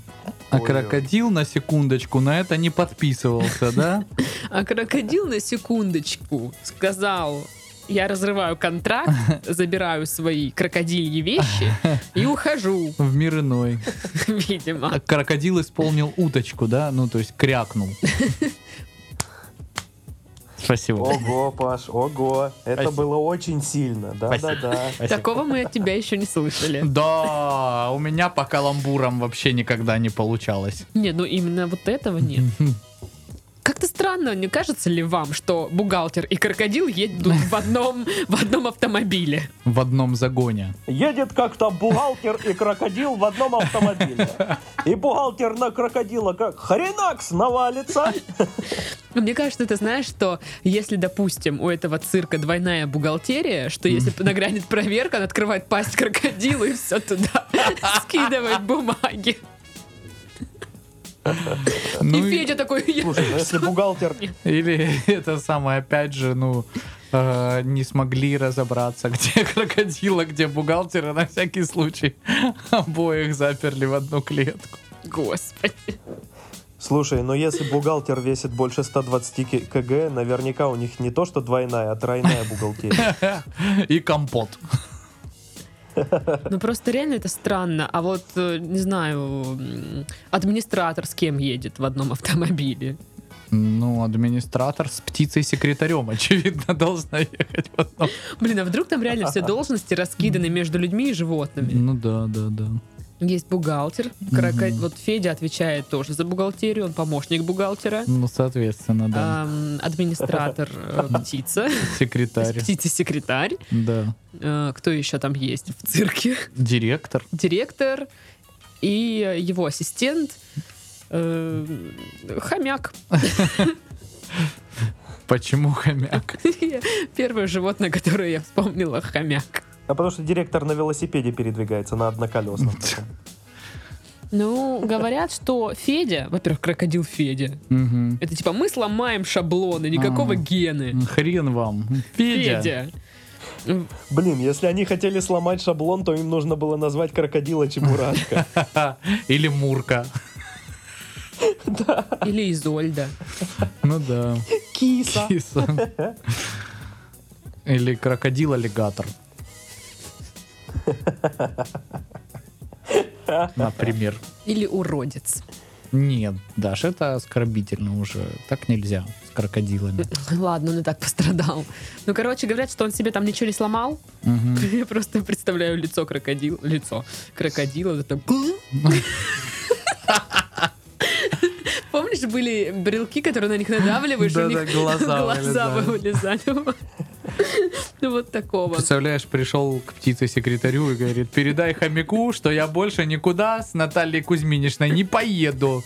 [SPEAKER 3] А
[SPEAKER 2] Ой-ой.
[SPEAKER 3] крокодил, на секундочку, на это не подписывался, да?
[SPEAKER 1] А крокодил, на секундочку, сказал я разрываю контракт, забираю свои крокодильи вещи и ухожу,
[SPEAKER 3] В мир иной. А
[SPEAKER 1] видимо.
[SPEAKER 3] Крокодил исполнил уточку, да? Ну, то есть крякнул. Спасибо.
[SPEAKER 2] Ого, Паш, ого. Это
[SPEAKER 3] Спасибо.
[SPEAKER 2] было очень сильно. Да-да-да.
[SPEAKER 3] Спасибо.
[SPEAKER 1] Такого мы от тебя еще не слышали.
[SPEAKER 3] Да, у меня по каламбурам вообще никогда не получалось.
[SPEAKER 1] Не, ну именно вот этого нет. Как-то странно, не кажется ли вам, что бухгалтер и крокодил едут в одном, в одном автомобиле?
[SPEAKER 3] В одном загоне.
[SPEAKER 4] Едет как-то бухгалтер и крокодил в одном автомобиле. И бухгалтер на крокодила как хренакс навалится.
[SPEAKER 1] Ну, Мне кажется, ты знаешь, что если, допустим, у этого цирка двойная бухгалтерия, что если нагрянет проверка, он открывает пасть крокодилу и все туда скидывает бумаги.
[SPEAKER 3] Ну
[SPEAKER 1] и
[SPEAKER 3] и-
[SPEAKER 1] Федя такой, «Я-
[SPEAKER 2] Слушай, ну если бухгалтер...
[SPEAKER 3] Или это самое, опять же, ну, э, не смогли разобраться, где крокодила, где бухгалтера, на всякий случай обоих заперли в одну клетку.
[SPEAKER 1] господи.
[SPEAKER 2] Слушай, но если бухгалтер весит больше 120 ки- кг, наверняка у них не то, что двойная, а тройная бухгалтерия.
[SPEAKER 3] И компот.
[SPEAKER 1] Ну просто реально это странно. А вот, э, не знаю, м, администратор с кем едет в одном автомобиле?
[SPEAKER 3] Ну, администратор с птицей-секретарем, очевидно, должна ехать в одном.
[SPEAKER 1] Блин, а вдруг там реально все должности раскиданы между людьми и животными?
[SPEAKER 3] Ну да, да, да.
[SPEAKER 1] Есть бухгалтер, кроко- вот Федя отвечает тоже за бухгалтерию, он помощник бухгалтера.
[SPEAKER 3] Ну, соответственно, да.
[SPEAKER 1] Ам, администратор э, птица, то есть
[SPEAKER 3] Секретарь.
[SPEAKER 1] птица-секретарь.
[SPEAKER 3] Да.
[SPEAKER 1] Э, Кто еще там есть в цирке?
[SPEAKER 3] Директор.
[SPEAKER 1] Директор и э, его ассистент. э, Хомяк.
[SPEAKER 3] Почему хомяк?
[SPEAKER 1] Первое животное, которое я вспомнила, хомяк.
[SPEAKER 2] А потому что директор на велосипеде передвигается, на одноколесном. таком.
[SPEAKER 1] Ну, говорят, что Федя, во-первых, крокодил Федя.
[SPEAKER 3] Мгм.
[SPEAKER 1] Это типа мы сломаем шаблоны, никакого
[SPEAKER 3] А.
[SPEAKER 1] гены.
[SPEAKER 3] Хрен вам.
[SPEAKER 1] Федя.
[SPEAKER 2] Блин, если они хотели сломать шаблон, то им нужно было назвать крокодила Чебурашка.
[SPEAKER 3] Или Мурка.
[SPEAKER 1] Или Изольда.
[SPEAKER 3] Ну да.
[SPEAKER 2] Киса.
[SPEAKER 3] Киса. Или крокодил-аллигатор. Например.
[SPEAKER 1] Или уродец.
[SPEAKER 3] Нет, Даш, это оскорбительно уже. Так нельзя с крокодилами.
[SPEAKER 1] Ладно, он и так пострадал. Ну, короче, говорят, что он себе там ничего не сломал.
[SPEAKER 3] Мгм.
[SPEAKER 1] Я просто представляю лицо крокодила. Лицо крокодила. это там... Помнишь, были брелки, которые на них надавливаешь, у
[SPEAKER 3] Да-да,
[SPEAKER 1] них
[SPEAKER 3] глаза
[SPEAKER 1] глаза вылезали. Ну, вот такого.
[SPEAKER 3] Представляешь, пришел к птице-секретарю и говорит, передай хомяку, что я больше никуда с Натальей Кузьминичной не поеду.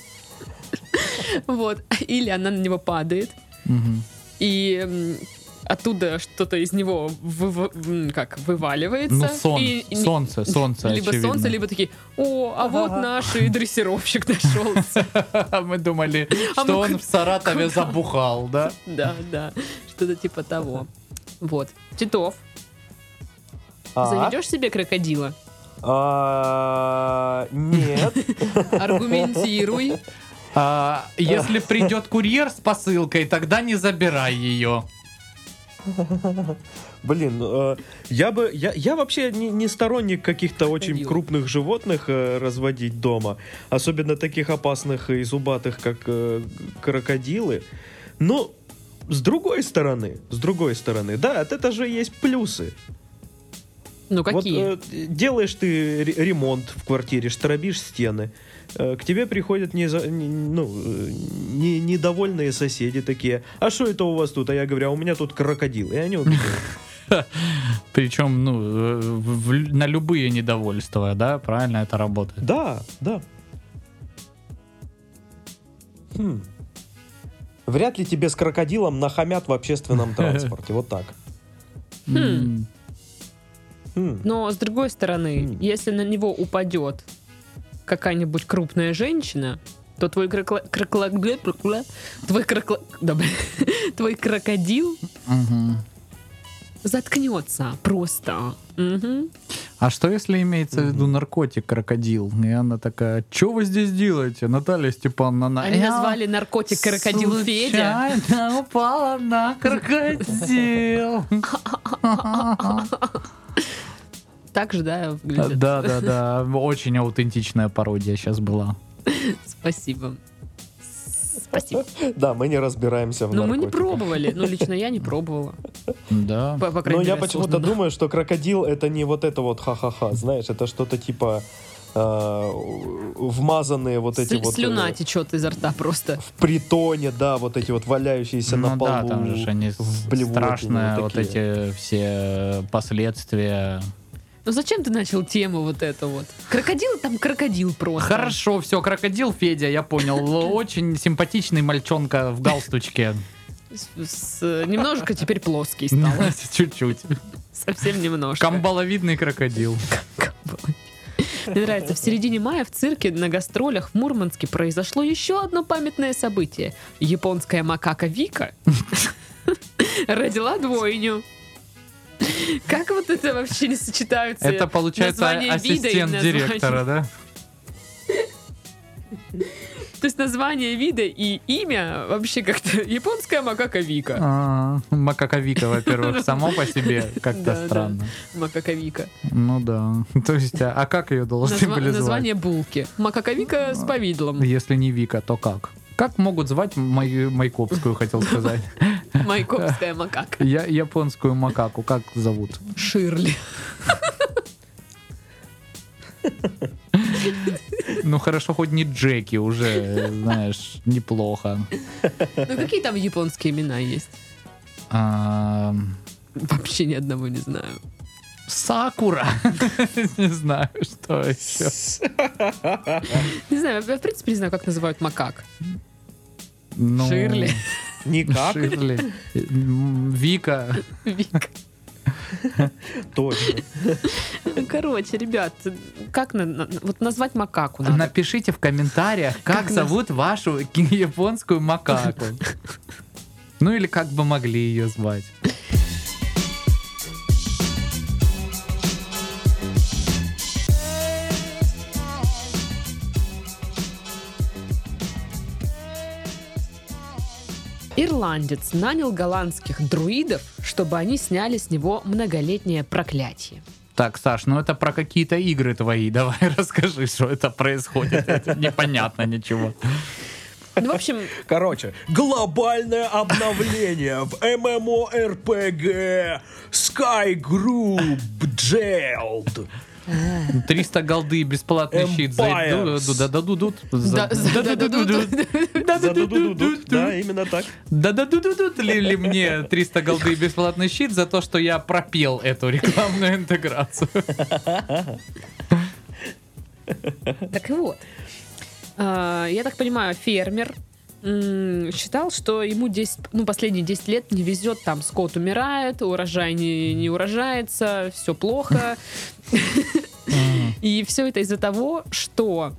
[SPEAKER 1] Вот. Или она на него падает,
[SPEAKER 3] Мгм.
[SPEAKER 1] и м, оттуда что-то из него вывы- м, как, вываливается.
[SPEAKER 3] Ну, сон,
[SPEAKER 1] И- и-
[SPEAKER 3] солнце, солнце,
[SPEAKER 1] Либо
[SPEAKER 3] очевидно.
[SPEAKER 1] солнце, либо такие, о, а вот наш и дрессировщик нашелся.
[SPEAKER 3] Мы думали,
[SPEAKER 1] А
[SPEAKER 3] что
[SPEAKER 1] мы
[SPEAKER 3] он
[SPEAKER 1] куда-
[SPEAKER 3] в Саратове забухал, да?
[SPEAKER 1] Да, да, что-то типа того. Вот. Титов,
[SPEAKER 2] А?
[SPEAKER 1] заведешь себе крокодила?
[SPEAKER 2] А, Нет.
[SPEAKER 1] Аргументируй.
[SPEAKER 3] А, если придет курьер с посылкой, тогда не забирай ее.
[SPEAKER 2] Блин, э, я бы, я, я вообще не, не сторонник каких-то очень
[SPEAKER 1] Крокодил.
[SPEAKER 2] крупных животных э, разводить дома, особенно таких опасных и зубатых, как э, крокодилы. Но с другой стороны, с другой стороны, да, от этого же есть плюсы.
[SPEAKER 1] Ну какие?
[SPEAKER 2] Вот э, делаешь ты ре- ремонт в квартире, штробишь стены. э, К тебе приходят не ну, э, не- недовольные соседи такие. А что это у вас тут? А я говорю, а у меня тут крокодил. И они убегают.
[SPEAKER 3] Причем, ну, э, в- в- на любые недовольства, да, правильно это работает.
[SPEAKER 2] Да, да. Хм. Вряд ли тебе с крокодилом нахамят в общественном транспорте. Вот так.
[SPEAKER 1] Хм.
[SPEAKER 3] М,
[SPEAKER 2] Хм.
[SPEAKER 1] Но с другой стороны,
[SPEAKER 2] М.
[SPEAKER 1] если на него упадет какая-нибудь крупная женщина, то твой крокла- крокла- гле- крокла- твой крокла- да, блин. твой крокодил
[SPEAKER 3] мгм.
[SPEAKER 1] заткнется просто. Мгм.
[SPEAKER 3] А что если имеется в виду наркотик крокодил? И она такая, что вы здесь делаете, Наталья
[SPEAKER 2] А
[SPEAKER 3] Степановна?
[SPEAKER 1] Они
[SPEAKER 3] Я
[SPEAKER 1] назвали наркотик крокодил Федя.
[SPEAKER 3] случайно упала на крокодил.
[SPEAKER 1] Так же, да, выглядят?
[SPEAKER 3] Да, да, да. Очень аутентичная пародия сейчас была.
[SPEAKER 1] Спасибо. Спасибо.
[SPEAKER 2] Да, мы не разбираемся в
[SPEAKER 1] Но мы не
[SPEAKER 2] наркотиках.
[SPEAKER 1] пробовали. Ну, лично я не пробовала.
[SPEAKER 3] Да.
[SPEAKER 1] По, по крайней
[SPEAKER 2] Но Ну, я
[SPEAKER 1] мере,
[SPEAKER 2] почему-то
[SPEAKER 1] осознанно.
[SPEAKER 2] думаю, что крокодил это не вот это вот ха-ха-ха, знаешь, это что-то типа э, вмазанные вот эти
[SPEAKER 1] Слю-
[SPEAKER 2] вот... э,
[SPEAKER 1] Слюна течет изо рта просто.
[SPEAKER 2] В притоне, да, вот эти вот валяющиеся на
[SPEAKER 3] Ну
[SPEAKER 2] полу.
[SPEAKER 3] да, там же ж они с-
[SPEAKER 2] блевотине,
[SPEAKER 3] страшные
[SPEAKER 2] вот
[SPEAKER 3] вот
[SPEAKER 2] такие.
[SPEAKER 3] эти все последствия.
[SPEAKER 1] Ну зачем ты начал тему вот эту вот? Крокодил там крокодил просто.
[SPEAKER 3] Хорошо, все, крокодил Федя, я понял. Очень симпатичный мальчонка в галстучке.
[SPEAKER 1] С- с- немножко теперь плоский стал.
[SPEAKER 3] Чуть-чуть.
[SPEAKER 1] Совсем немножко.
[SPEAKER 3] Камбаловидный крокодил.
[SPEAKER 1] Камбала. Мне нравится. В середине мая в цирке на гастролях в Мурманске произошло еще одно памятное событие. Японская макака Вика родила двойню. Как вот это вообще не сочетаются?
[SPEAKER 3] Это получается
[SPEAKER 1] название вида и
[SPEAKER 3] ассистент
[SPEAKER 1] название-
[SPEAKER 3] директора, да?
[SPEAKER 1] То есть название вида и имя вообще как-то японская макака Вика.
[SPEAKER 3] А, Макаковика, во-первых, само по себе
[SPEAKER 1] Да, да.
[SPEAKER 3] как-то странно.
[SPEAKER 1] Макака Вика.
[SPEAKER 3] Ну да. То есть, а а как ее должны
[SPEAKER 1] Назва-
[SPEAKER 3] были звать?
[SPEAKER 1] Название булки. Макаковика с повидлом.
[SPEAKER 3] Если не Вика, то как? Как могут звать мою Майкопскую, хотел сказать?
[SPEAKER 1] Майкопская макака.
[SPEAKER 3] Я японскую макаку как зовут?
[SPEAKER 1] Ширли.
[SPEAKER 3] Ну хорошо, хоть не Джеки уже, знаешь, неплохо.
[SPEAKER 1] Ну какие там японские имена есть?
[SPEAKER 3] А,
[SPEAKER 1] Вообще ни одного не знаю.
[SPEAKER 3] Сакура. Не знаю, что еще.
[SPEAKER 1] Не знаю, я в принципе не знаю, как называют макак.
[SPEAKER 3] Ну,
[SPEAKER 1] Ширли.
[SPEAKER 2] Никак,
[SPEAKER 3] Ширли. М, Вика.
[SPEAKER 1] Вика.
[SPEAKER 2] точно.
[SPEAKER 1] Ну, Короче, ребят, как на- на- вот назвать макаку надо?
[SPEAKER 3] Напишите в комментариях, как,
[SPEAKER 1] Как нас-
[SPEAKER 3] зовут вашу ки- японскую макаку. Ну или как бы могли ее звать.
[SPEAKER 1] Ирландец нанял голландских друидов, чтобы они сняли с него многолетнее проклятие.
[SPEAKER 3] Так, Саш, ну это про какие-то игры твои. Давай расскажи, что это происходит. Это непонятно ничего.
[SPEAKER 1] Ну, в общем,
[SPEAKER 2] Короче,
[SPEAKER 4] Глобальное обновление в MMORPG Sky Group Jailed.
[SPEAKER 3] 300 голды и бесплатный щит
[SPEAKER 4] Empires.
[SPEAKER 3] за дадут.
[SPEAKER 1] да-
[SPEAKER 3] Да
[SPEAKER 2] задудудудут, да, именно так.
[SPEAKER 3] дадут ли ли мне 300 голды и бесплатный щит за то, что я пропел эту рекламную интеграцию?
[SPEAKER 1] Так вот, А, я так понимаю, фермер м, считал, что ему 10, ну, последние 10 лет не везет, там скот умирает, урожай не, не урожается, все плохо. И все это из-за того, что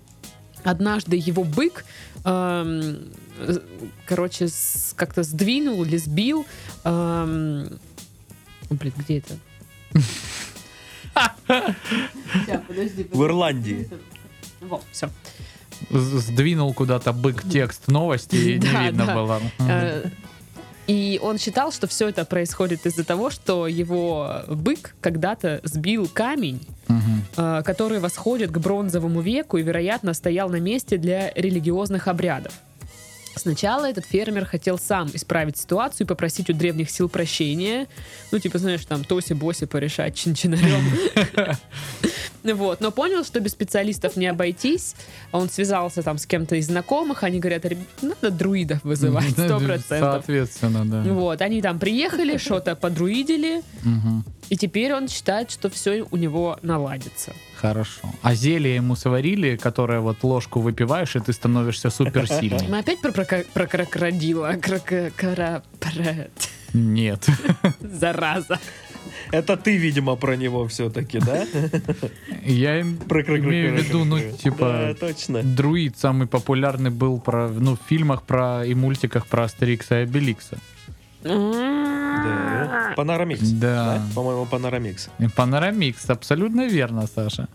[SPEAKER 1] однажды его бык, эм, э, короче, с- как-то сдвинул или сбил... эм, о, блин, где это? Сейчас, подожди,
[SPEAKER 2] В Ирландии.
[SPEAKER 1] Во, все.
[SPEAKER 3] С- Сдвинул куда-то бык текст новости, и не
[SPEAKER 1] Да,
[SPEAKER 3] видно
[SPEAKER 1] да.
[SPEAKER 3] было.
[SPEAKER 1] Э, И он считал, что все это происходит из-за того, что его бык когда-то сбил камень,
[SPEAKER 3] Мгм.
[SPEAKER 1] э, который восходит к бронзовому веку и, вероятно, стоял на месте для религиозных обрядов. Сначала этот фермер хотел сам исправить ситуацию и попросить у древних сил прощения. Ну, типа, знаешь, там, тоси-боси порешать чинчинарем. Вот, но понял, что без специалистов не обойтись. Он связался там с кем-то из знакомых. Они говорят, «Ребят, надо друидов вызывать, сто процентов. Ну
[SPEAKER 3] Соответственно, да.
[SPEAKER 1] Вот, они там приехали, что-то подруидили,
[SPEAKER 3] Мгм.
[SPEAKER 1] и теперь он считает, что все у него наладится.
[SPEAKER 3] Хорошо. А зелье ему сварили, которое вот ложку выпиваешь, и ты становишься суперсильным?
[SPEAKER 1] Мы опять про, прока- про крокодила, крока- кара- про-
[SPEAKER 3] Нет.
[SPEAKER 1] зараза.
[SPEAKER 2] Это ты, видимо, про него все-таки, да?
[SPEAKER 3] Я им
[SPEAKER 2] Про кры- кры-
[SPEAKER 3] имею в
[SPEAKER 2] кры-
[SPEAKER 3] виду, ну,
[SPEAKER 2] кры- кры. Да,
[SPEAKER 3] типа,
[SPEAKER 2] точно.
[SPEAKER 3] друид самый популярный был про, ну, в фильмах про и мультиках про Астерикса и Обеликса.
[SPEAKER 4] Да. э, Панорамикс.
[SPEAKER 3] Да.
[SPEAKER 4] По-моему, Панорамикс.
[SPEAKER 3] Панорамикс, абсолютно верно, Саша.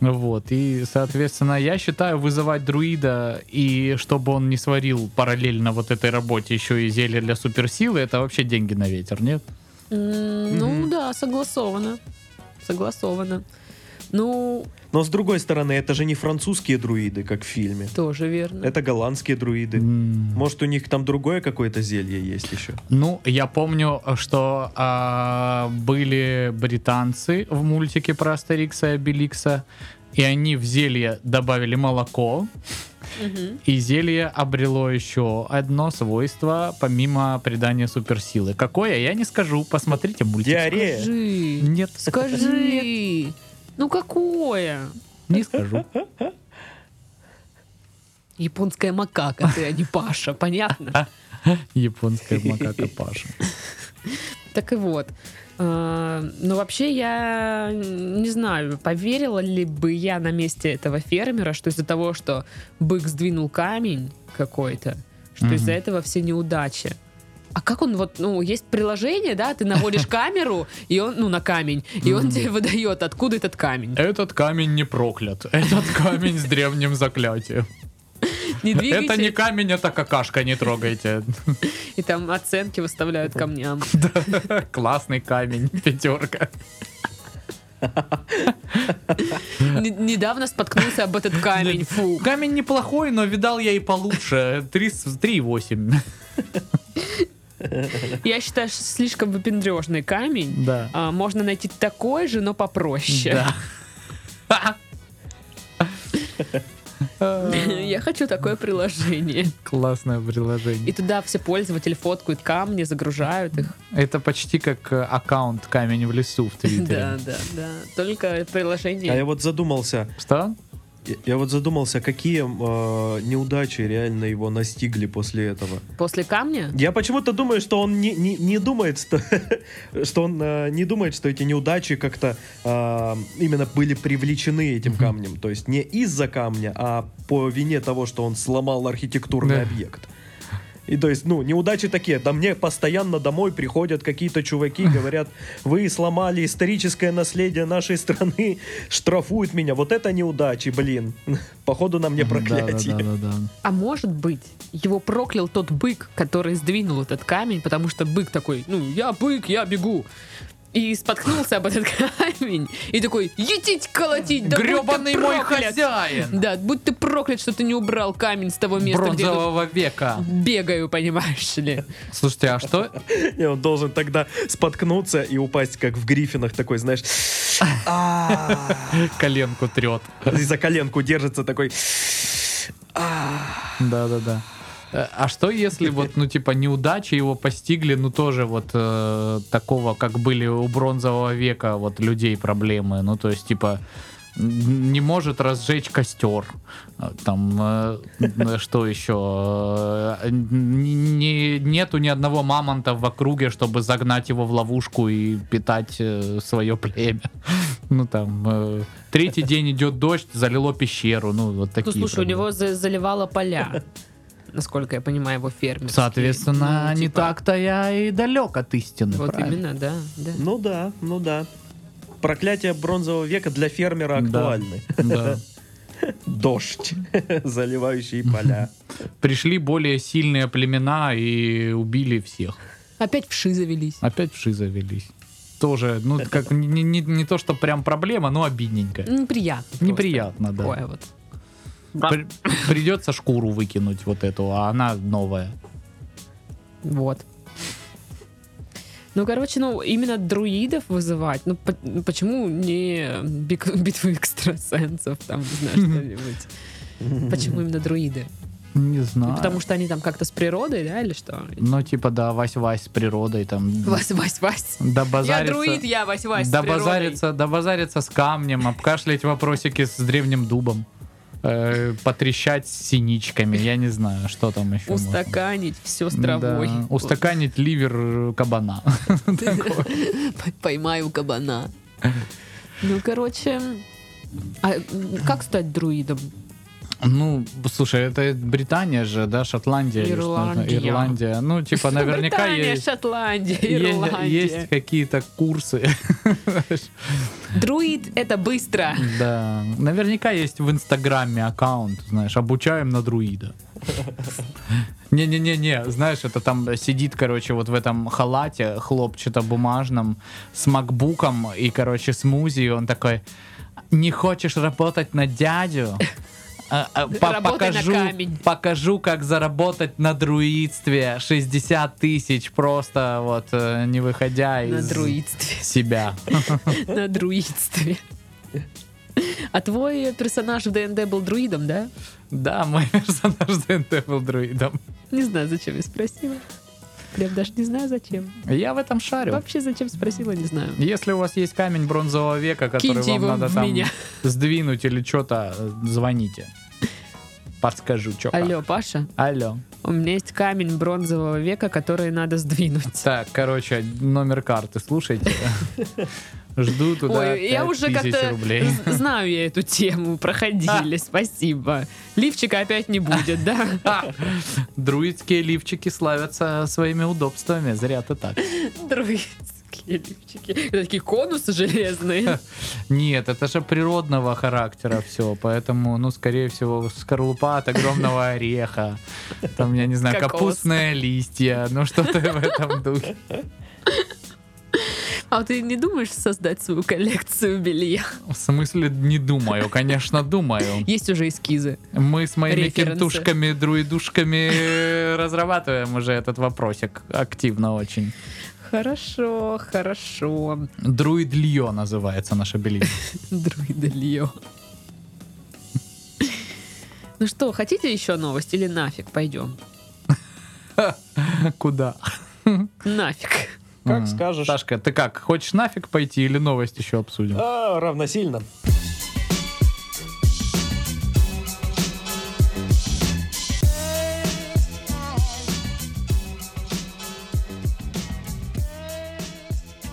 [SPEAKER 3] Вот, и, соответственно, я считаю вызывать друида, и чтобы он не сварил параллельно вот этой работе еще и зелье для суперсилы, это вообще деньги на ветер, нет?
[SPEAKER 1] М, Ну
[SPEAKER 4] Мгм.
[SPEAKER 1] да, согласовано. Согласовано. Ну,
[SPEAKER 4] Но с другой стороны, это же не французские друиды, как в фильме.
[SPEAKER 1] тоже верно.
[SPEAKER 4] Это голландские друиды.
[SPEAKER 3] М.
[SPEAKER 4] Может, у них там другое какое-то зелье есть еще?
[SPEAKER 3] Ну, я помню, что а, были британцы в мультике про Астерикса и Обеликса, и они в зелье добавили молоко,
[SPEAKER 1] Мгм.
[SPEAKER 3] и зелье обрело еще одно свойство, помимо придания суперсилы. Какое, я не скажу, посмотрите мультик.
[SPEAKER 4] Диарея.
[SPEAKER 1] Скажи.
[SPEAKER 3] Нет,
[SPEAKER 1] Скажи. Ну какое?
[SPEAKER 3] не скажу.
[SPEAKER 1] Японская макака, ты, а не Паша, понятно?
[SPEAKER 3] Японская макака Паша.
[SPEAKER 1] Так и вот. А, Ну, вообще, я не знаю, поверила ли бы я на месте этого фермера, что из-за того, что бык сдвинул камень какой-то, что
[SPEAKER 3] Мгм.
[SPEAKER 1] из-за этого все неудачи. А как он вот, ну, есть приложение, да, ты наводишь камеру, и он, ну, на камень, и он
[SPEAKER 3] Мгм.
[SPEAKER 1] тебе выдает, откуда этот камень.
[SPEAKER 3] Этот камень не проклят. Этот камень с древним заклятием.
[SPEAKER 1] Не
[SPEAKER 3] Это не
[SPEAKER 1] двигайся,
[SPEAKER 3] камень, это какашка, не трогайте.
[SPEAKER 1] и там оценки выставляют камням.
[SPEAKER 3] Классный камень, пятерка.
[SPEAKER 1] Н- Недавно споткнулся об этот камень, фу.
[SPEAKER 3] Камень неплохой, но видал я и получше. 3,8.
[SPEAKER 1] Я считаю, что слишком выпендрежный камень.
[SPEAKER 3] Да.
[SPEAKER 1] А, можно найти такой же, но попроще.
[SPEAKER 3] Да.
[SPEAKER 1] Я хочу такое приложение.
[SPEAKER 3] Классное
[SPEAKER 1] И
[SPEAKER 3] приложение.
[SPEAKER 1] туда все пользователи фоткают камни, загружают их.
[SPEAKER 3] Это почти как э, аккаунт камень в лесу в
[SPEAKER 1] Да, да,
[SPEAKER 3] Твиттере.
[SPEAKER 1] да. Только
[SPEAKER 4] А я
[SPEAKER 1] приложение.
[SPEAKER 4] вот задумался,
[SPEAKER 3] Что?
[SPEAKER 4] я- я вот задумался, какие э, неудачи реально его настигли после этого.
[SPEAKER 1] После камня?
[SPEAKER 4] Я почему-то думаю, что он не, не, не думает, что, что он э, не думает, что эти неудачи как-то э, именно были привлечены этим камнем. То есть не из-за камня, а по вине того, что он сломал архитектурный
[SPEAKER 3] Да.
[SPEAKER 4] объект. И то есть, ну, неудачи такие. Да мне постоянно домой приходят какие-то чуваки, говорят, вы сломали историческое наследие нашей страны, штрафуют меня. Вот это неудачи, блин. Походу на мне проклятие.
[SPEAKER 3] Да, да, да, да.
[SPEAKER 1] А может быть, его проклял тот бык, который сдвинул этот камень, потому что бык такой, ну, я бык, я бегу. И споткнулся об этот камень. И такой, етить, колотить, да будь ты
[SPEAKER 3] Гребаный мой
[SPEAKER 1] проклят!»
[SPEAKER 3] хозяин!
[SPEAKER 1] Да, будь ты проклят, что ты не убрал камень с того места, где я тут
[SPEAKER 3] Бронзового века.
[SPEAKER 1] бегаю, понимаешь ли.
[SPEAKER 3] Слушайте, а что?
[SPEAKER 4] Не, он должен тогда споткнуться и упасть, как в Гриффинах такой, знаешь,
[SPEAKER 3] Коленку трет.
[SPEAKER 4] и за коленку держится такой.
[SPEAKER 3] Да, да, да. Э, А что если вот, ну, типа, неудачи его постигли, ну, тоже вот э, такого, как были у бронзового века, вот, людей проблемы, ну, то есть, типа, н- не может разжечь костер, э, там, э, э, что еще, э, н- не- нету ни одного мамонта в округе, чтобы загнать его в ловушку и питать э, свое племя. Ну, там, э, третий день идет дождь, залило пещеру, ну, вот такие
[SPEAKER 1] Ну, слушай, у
[SPEAKER 3] проблемы.
[SPEAKER 1] него за- заливало поля. Насколько я понимаю, его фермер.
[SPEAKER 3] Соответственно, не так-то я и далек от истины.
[SPEAKER 1] ну, типа. Вот
[SPEAKER 3] правильно?
[SPEAKER 1] именно, да, да.
[SPEAKER 4] Ну да, ну да. Проклятие бронзового века для фермера
[SPEAKER 3] Да.
[SPEAKER 4] актуальны.
[SPEAKER 3] Да.
[SPEAKER 4] Дождь, заливающий поля.
[SPEAKER 3] Пришли более сильные племена и убили всех.
[SPEAKER 1] Опять вши завелись.
[SPEAKER 3] Опять вши завелись. Тоже, ну, как не, не- не то, что прям проблема, но обидненько.
[SPEAKER 1] Неприятно. Ну, просто.
[SPEAKER 3] Неприятно, да.
[SPEAKER 1] Такое вот.
[SPEAKER 3] При- придется шкуру выкинуть вот эту, а она новая.
[SPEAKER 1] Вот. Ну, короче, ну, именно друидов вызывать. Ну, по- ну, почему не бик- битву экстрасенсов, там, не знаю, что-нибудь? Почему именно друиды?
[SPEAKER 3] Не
[SPEAKER 1] Ну,
[SPEAKER 3] знаю.
[SPEAKER 1] потому что они там как-то с природой, да, или что?
[SPEAKER 3] Ну, типа, да, Вась-Вась с природой там.
[SPEAKER 1] Вась, Вась, Вась. Я
[SPEAKER 3] добазарится.
[SPEAKER 1] друид, я Вась, Вась. с природой.
[SPEAKER 3] добазариться, добазариться с камнем, обкашлять вопросики с древним дубом, э, потрещать с синичками, я не знаю, что там еще. можно.
[SPEAKER 1] Устаканить все с травой.
[SPEAKER 3] Да,
[SPEAKER 1] Вот.
[SPEAKER 3] устаканить ливер кабана.
[SPEAKER 1] П- Поймаю кабана. Ну, короче, а м, как стать друидом?
[SPEAKER 3] Ну, слушай, это Британия же, да, Шотландия. или что это?
[SPEAKER 1] Ирландия.
[SPEAKER 3] Ирландия. Ну, типа, наверняка
[SPEAKER 1] Британия,
[SPEAKER 3] есть,
[SPEAKER 1] Шотландия,
[SPEAKER 3] есть,
[SPEAKER 1] Ирландия.
[SPEAKER 3] есть какие-то курсы.
[SPEAKER 1] Друид — это быстро.
[SPEAKER 3] Да. Наверняка есть в Инстаграме аккаунт, знаешь, обучаем на друида. Не-не-не-не, знаешь, это там сидит, короче, вот в этом халате хлопчато-бумажном с макбуком и, короче, смузи, и он такой, не хочешь работать на дядю? А, а, по-
[SPEAKER 1] Работай на
[SPEAKER 3] покажу,
[SPEAKER 1] камень».
[SPEAKER 3] покажу, как заработать на друидстве 60 тысяч, просто вот э, не выходя
[SPEAKER 1] На
[SPEAKER 3] из
[SPEAKER 1] друидстве.
[SPEAKER 3] себя.
[SPEAKER 1] На друидстве. А твой персонаж в ДНД был друидом, да?
[SPEAKER 3] Да, мой персонаж в ДНТ был друидом.
[SPEAKER 1] Не знаю, зачем я спросила. Прям даже не знаю, зачем.
[SPEAKER 3] Я в этом шарю.
[SPEAKER 1] Вообще, зачем спросила, не знаю.
[SPEAKER 3] Если у вас есть камень бронзового века, который
[SPEAKER 1] Киньте его
[SPEAKER 3] вам надо
[SPEAKER 1] в
[SPEAKER 3] там
[SPEAKER 1] меня.
[SPEAKER 3] сдвинуть или что-то, э, звоните. Подскажу, что
[SPEAKER 1] Алло, Паша,
[SPEAKER 3] Алло.
[SPEAKER 1] у меня есть камень бронзового века, который надо сдвинуть.
[SPEAKER 3] Так, короче, номер карты слушайте. Жду туда
[SPEAKER 1] Ой, я уже
[SPEAKER 3] 5000
[SPEAKER 1] как-то
[SPEAKER 3] рублей.
[SPEAKER 1] з- знаю я эту тему, проходили, спасибо. Лифчика опять не будет, да?
[SPEAKER 3] Друидские лифчики славятся своими удобствами. Зря ты так.
[SPEAKER 1] Друидские лифчики. Это такие конусы железные.
[SPEAKER 3] Нет, это же природного характера все, поэтому, ну, скорее всего, скорлупа от огромного ореха, там, я не знаю,
[SPEAKER 1] Кокос.
[SPEAKER 3] капустные листья, ну, что-то в этом духе.
[SPEAKER 1] А ты не думаешь создать свою коллекцию белья?
[SPEAKER 3] В смысле, не думаю, конечно, думаю.
[SPEAKER 1] Есть уже эскизы.
[SPEAKER 3] Мы с моими
[SPEAKER 1] Референсы.
[SPEAKER 3] кентушками, друидушками э, разрабатываем уже этот вопросик активно очень.
[SPEAKER 1] Хорошо, хорошо.
[SPEAKER 3] Друидлье называется наше белье.
[SPEAKER 1] Друиделье. Ну что, хотите еще новость или нафиг пойдем?
[SPEAKER 3] Куда?
[SPEAKER 1] Нафиг.
[SPEAKER 4] Как
[SPEAKER 3] М.
[SPEAKER 4] скажешь.
[SPEAKER 3] Сашка, ты как, хочешь нафиг пойти или новость еще обсудим?
[SPEAKER 4] А, равносильно.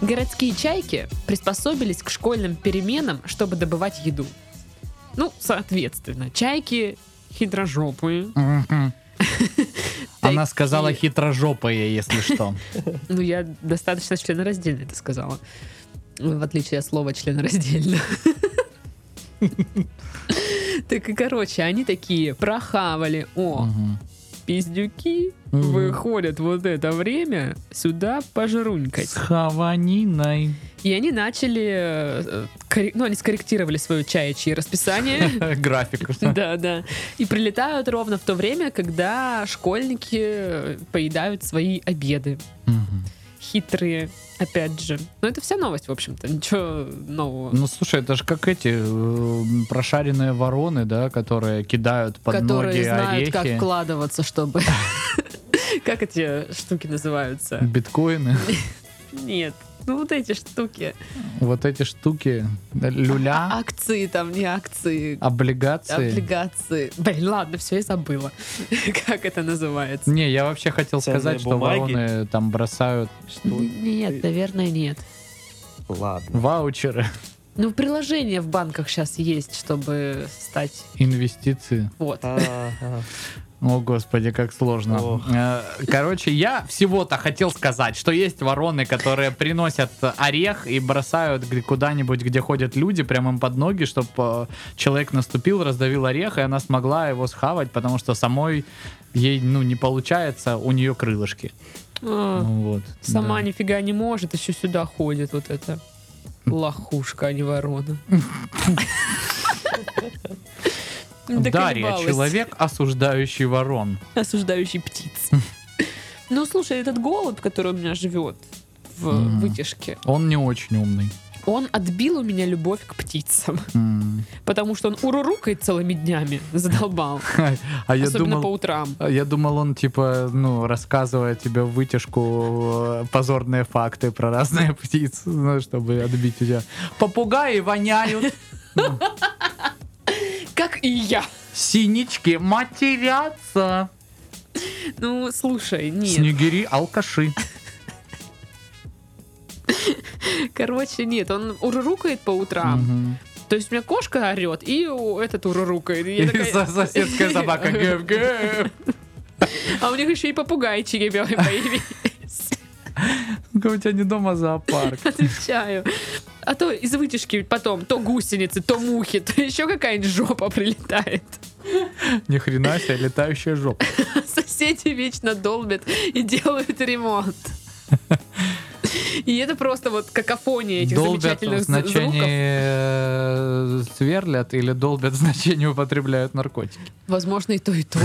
[SPEAKER 1] Городские чайки приспособились к школьным переменам, чтобы добывать еду. Ну, соответственно, чайки хитрожопые.
[SPEAKER 3] Мгм. Она
[SPEAKER 1] Такие.
[SPEAKER 3] сказала хитрожопая, если что.
[SPEAKER 1] Ну, я достаточно членораздельно это сказала. В отличие от слова членораздельно. Так и, короче, они такие прохавали. О,
[SPEAKER 3] Мгм.
[SPEAKER 1] пиздюки
[SPEAKER 3] Мгм.
[SPEAKER 1] выходят вот это время сюда пожрунькать.
[SPEAKER 3] С хаваниной.
[SPEAKER 1] И они начали... э, корре- Ну, они скорректировали свое чаячье расписание.
[SPEAKER 3] График.
[SPEAKER 1] Да, да. И прилетают ровно в то время, когда школьники э, поедают свои обеды.
[SPEAKER 3] Мгм.
[SPEAKER 1] Хитрые, опять же. Но это вся новость, в общем-то. Ничего нового.
[SPEAKER 3] Ну слушай, это же как эти э, прошаренные вороны, да, которые кидают под
[SPEAKER 1] которые
[SPEAKER 3] ноги
[SPEAKER 1] знают, как
[SPEAKER 3] орехи,
[SPEAKER 1] вкладываться, чтобы... Как эти штуки называются?
[SPEAKER 3] биткоины.
[SPEAKER 1] Нет. Ну, вот эти штуки. А,
[SPEAKER 3] Вот эти штуки, да, люля,
[SPEAKER 1] Акции там, не акции.
[SPEAKER 3] облигации.
[SPEAKER 1] а, Облигации. Блин, ладно, все, я забыла. Как это называется?
[SPEAKER 3] Не, я вообще хотел
[SPEAKER 4] Ценные
[SPEAKER 3] сказать, что
[SPEAKER 4] бумаги.
[SPEAKER 3] вороны там бросают
[SPEAKER 4] Что?
[SPEAKER 1] Нет, наверное, нет.
[SPEAKER 4] Ладно.
[SPEAKER 3] ваучеры,
[SPEAKER 1] Ну, приложение в банках сейчас есть, чтобы стать
[SPEAKER 3] инвестиции.
[SPEAKER 1] вот.
[SPEAKER 4] Ага.
[SPEAKER 3] О, господи, как сложно.
[SPEAKER 4] Ох.
[SPEAKER 3] Э, Короче, я всего-то хотел сказать, что есть вороны, которые приносят орех и бросают г- куда-нибудь, где ходят люди, прямо им под ноги, чтобы человек наступил, раздавил орех, и она смогла его схавать, потому что самой ей, ну, не получается, у нее крылышки.
[SPEAKER 1] А,
[SPEAKER 3] Вот.
[SPEAKER 1] Сама
[SPEAKER 3] ну, да.
[SPEAKER 1] нифига не может, еще сюда ходит вот эта лохушка, а не ворона.
[SPEAKER 3] Дарья,
[SPEAKER 1] Доколебалась.
[SPEAKER 3] человек, осуждающий ворон.
[SPEAKER 1] Осуждающий птиц. Ну, слушай, этот голубь, который у меня живет в
[SPEAKER 3] Мгм.
[SPEAKER 1] вытяжке,
[SPEAKER 3] Он не очень умный.
[SPEAKER 1] он отбил у меня любовь к птицам.
[SPEAKER 3] М.
[SPEAKER 1] Потому что он урурукает целыми днями, задолбал.
[SPEAKER 3] А я
[SPEAKER 1] Особенно
[SPEAKER 3] думал,
[SPEAKER 1] по утрам.
[SPEAKER 3] А Я думал, он типа, ну, рассказывая тебе вытяжку э, позорные факты про разные птицы, ну, чтобы отбить у тебя. Попугаи воняют,
[SPEAKER 1] Как и я.
[SPEAKER 3] синички матерятся,
[SPEAKER 1] Ну, слушай, нет.
[SPEAKER 3] снегири алкаши.
[SPEAKER 1] Короче, нет, он урурукает по утрам.
[SPEAKER 3] Мгм.
[SPEAKER 1] То есть у меня кошка орет, и у- этот урурукает. И я
[SPEAKER 3] И
[SPEAKER 1] такая,
[SPEAKER 3] со- Соседская собака. гэв, гэв.
[SPEAKER 1] А у них еще и попугайчики белые появились.
[SPEAKER 3] У тебя не дома зоопарк.
[SPEAKER 1] Отвечаю. А то из вытяжки потом то гусеницы, то мухи, то еще какая-нибудь жопа прилетает. А
[SPEAKER 3] Ни хрена себе, летающая жопа.
[SPEAKER 1] Соседи вечно долбят и делают ремонт. И это просто вот какофония этих
[SPEAKER 3] Долбят в
[SPEAKER 1] замечательных з- звуков.
[SPEAKER 3] значении э, сверлят или долбят в значении употребляют наркотики.
[SPEAKER 1] Возможно, и то, и то.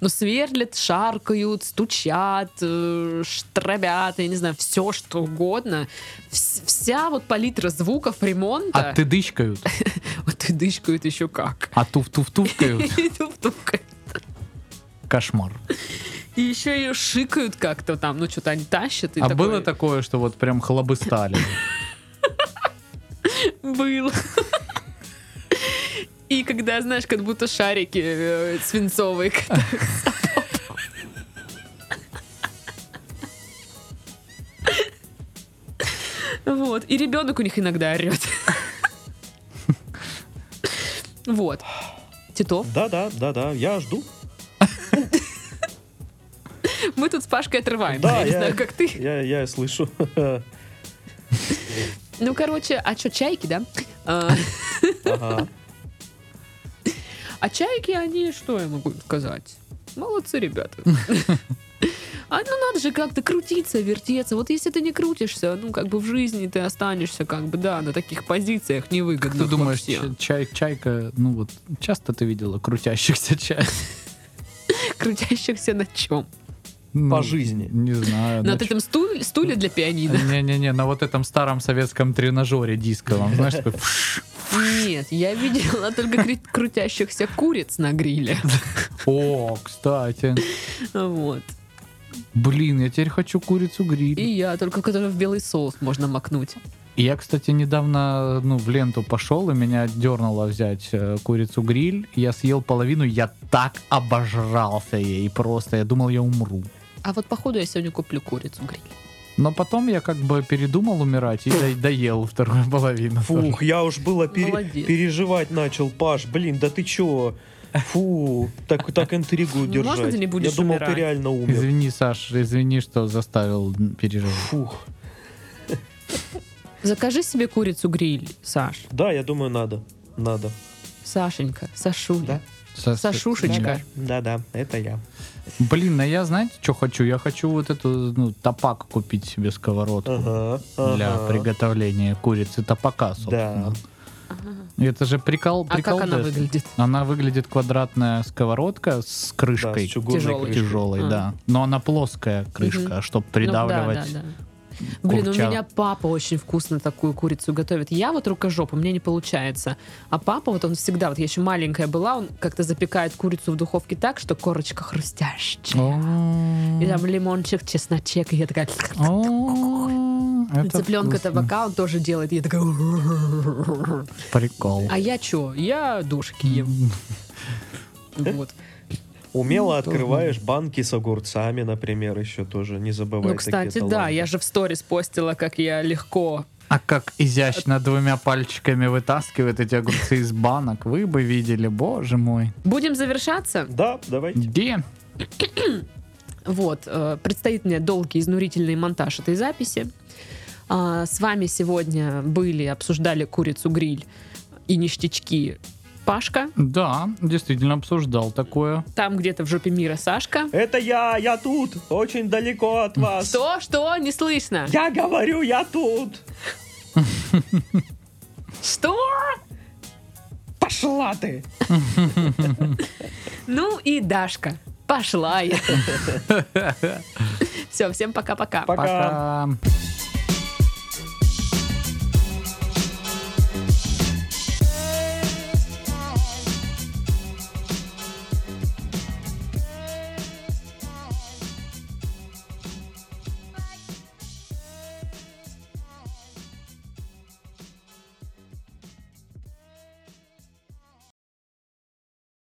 [SPEAKER 1] Но сверлят, шаркают, стучат, э, штробят, я не знаю, все что угодно. Вс- вся вот палитра звуков ремонта.
[SPEAKER 3] А ты дышкают,
[SPEAKER 1] Вот ты дышкают еще как.
[SPEAKER 3] а туф-туф-туфкают.
[SPEAKER 1] И туп-тупкают.
[SPEAKER 3] Кошмар.
[SPEAKER 1] И еще и шикают как-то там, ну что-то они тащат. и
[SPEAKER 3] а
[SPEAKER 1] такой-
[SPEAKER 3] было такое, что вот прям хлобыстали?
[SPEAKER 1] Было. И когда, знаешь, как будто шарики э, свинцовые. Вот. И ребенок у них иногда орет. Вот. Титов.
[SPEAKER 2] Да-да, да-да, я жду.
[SPEAKER 1] Мы тут с Пашкой отрываем.
[SPEAKER 2] Да,
[SPEAKER 1] я не
[SPEAKER 2] я-
[SPEAKER 1] знаю, как ты.
[SPEAKER 2] Я, я слышу.
[SPEAKER 1] Ну, короче, а что, чайки, да? А,
[SPEAKER 2] Ага.
[SPEAKER 1] А чайки, они, что я могу сказать? Молодцы, ребята. А ну надо же как-то крутиться, вертеться. Вот если ты не крутишься, ну как бы в жизни ты останешься как бы, да, на таких позициях невыгодно.
[SPEAKER 3] Ты думаешь, ч- чай, чайка, ну вот, часто ты видела крутящихся чай?
[SPEAKER 1] крутящихся на чем?
[SPEAKER 3] Ну,
[SPEAKER 2] По жизни.
[SPEAKER 3] Не знаю.
[SPEAKER 1] А На
[SPEAKER 3] на
[SPEAKER 1] вот этом стуле, стуле для пианино?
[SPEAKER 3] Не-не-не, на вот этом старом советском тренажере дисковом, знаешь, такой фш.
[SPEAKER 1] Нет, я видела только кри- крутящихся куриц на гриле.
[SPEAKER 3] О, кстати.
[SPEAKER 1] Вот.
[SPEAKER 3] Блин, я теперь хочу курицу
[SPEAKER 1] И
[SPEAKER 3] гриль.
[SPEAKER 1] я только, которую в белый соус можно макнуть.
[SPEAKER 3] Я, кстати, недавно ну, в ленту пошел, и меня дернуло взять э, курицу гриль. Я съел половину, я так обожрался ей. Просто я думал, я умру.
[SPEAKER 1] А вот походу я сегодня куплю курицу гриль.
[SPEAKER 3] Но потом я как бы передумал умирать и до- доел вторую половину. тоже.
[SPEAKER 2] Фух, я уж было пере-
[SPEAKER 1] Молодец.
[SPEAKER 2] переживать начал, Паш. Блин, да ты чё? Фу, так, так интригу
[SPEAKER 1] Ну,
[SPEAKER 2] держать.
[SPEAKER 1] можно ты не будешь
[SPEAKER 2] я думал,
[SPEAKER 1] умирать?
[SPEAKER 2] ты реально умер.
[SPEAKER 3] Извини, Саш, извини, что заставил переживать.
[SPEAKER 2] Фух.
[SPEAKER 1] Закажи себе курицу гриль, Саш.
[SPEAKER 2] Да, я думаю, надо. Надо.
[SPEAKER 1] Сашенька, Сашуля. Ну,
[SPEAKER 2] Да.
[SPEAKER 3] Са-
[SPEAKER 1] Сашушечка.
[SPEAKER 2] Да-да, это я.
[SPEAKER 3] Блин, а я знаете, что хочу? Я хочу вот эту, ну, топак купить себе сковородку.
[SPEAKER 2] Ага,
[SPEAKER 3] для
[SPEAKER 2] ага.
[SPEAKER 3] приготовления курицы топака, собственно. Это же прикол,
[SPEAKER 1] А
[SPEAKER 3] прикол
[SPEAKER 1] как она
[SPEAKER 3] Дэшки.
[SPEAKER 1] выглядит?
[SPEAKER 3] Она выглядит квадратная сковородка с
[SPEAKER 2] Да,
[SPEAKER 3] крышкой.
[SPEAKER 2] с чугунной
[SPEAKER 1] Тяжелый.
[SPEAKER 2] крышкой.
[SPEAKER 3] тяжелой,
[SPEAKER 1] А.
[SPEAKER 3] да. Но она плоская крышка, чтобы придавливать.
[SPEAKER 1] Ну, да, да, да. Блин, у
[SPEAKER 3] курча.
[SPEAKER 1] меня папа очень вкусно такую курицу готовит. Я вот рукожоп, у меня не получается. А папа, вот он всегда, вот я еще маленькая была, он как-то запекает курицу в духовке так, что корочка хрустящая.
[SPEAKER 3] О,
[SPEAKER 1] И там лимончик, чесночек, и я такая...
[SPEAKER 3] о,
[SPEAKER 1] И
[SPEAKER 3] это
[SPEAKER 1] Цыпленка
[SPEAKER 3] вкусно.
[SPEAKER 1] табака он тоже делает. и Я такая...
[SPEAKER 3] Прикол.
[SPEAKER 1] А я чё? Я душки ем. Вот.
[SPEAKER 2] Умело
[SPEAKER 3] Ну,
[SPEAKER 2] открываешь банки с огурцами, например, еще тоже. Не забывай
[SPEAKER 1] Ну, кстати,
[SPEAKER 2] такие
[SPEAKER 1] да,
[SPEAKER 2] таланты.
[SPEAKER 1] я же в сторис постила, как я легко
[SPEAKER 3] А как изящно двумя пальчиками вытаскивает эти огурцы из банок. Вы бы видели, боже мой.
[SPEAKER 1] Будем завершаться.
[SPEAKER 2] Да, давайте.
[SPEAKER 3] Где?
[SPEAKER 1] Вот, э, предстоит мне долгий изнурительный монтаж этой записи. А, С вами сегодня были, обсуждали курицу гриль и ништячки Пашка,
[SPEAKER 3] Да, действительно обсуждал такое.
[SPEAKER 1] там где-то в жопе мира Сашка.
[SPEAKER 2] Это я, я тут, очень далеко от вас.
[SPEAKER 1] Что, что, не слышно?
[SPEAKER 2] Я говорю, я тут.
[SPEAKER 1] Что?
[SPEAKER 2] Пошла ты.
[SPEAKER 1] Ну и Дашка. Пошла я. Все, всем пока-пока.
[SPEAKER 2] Пока.
[SPEAKER 3] Пока.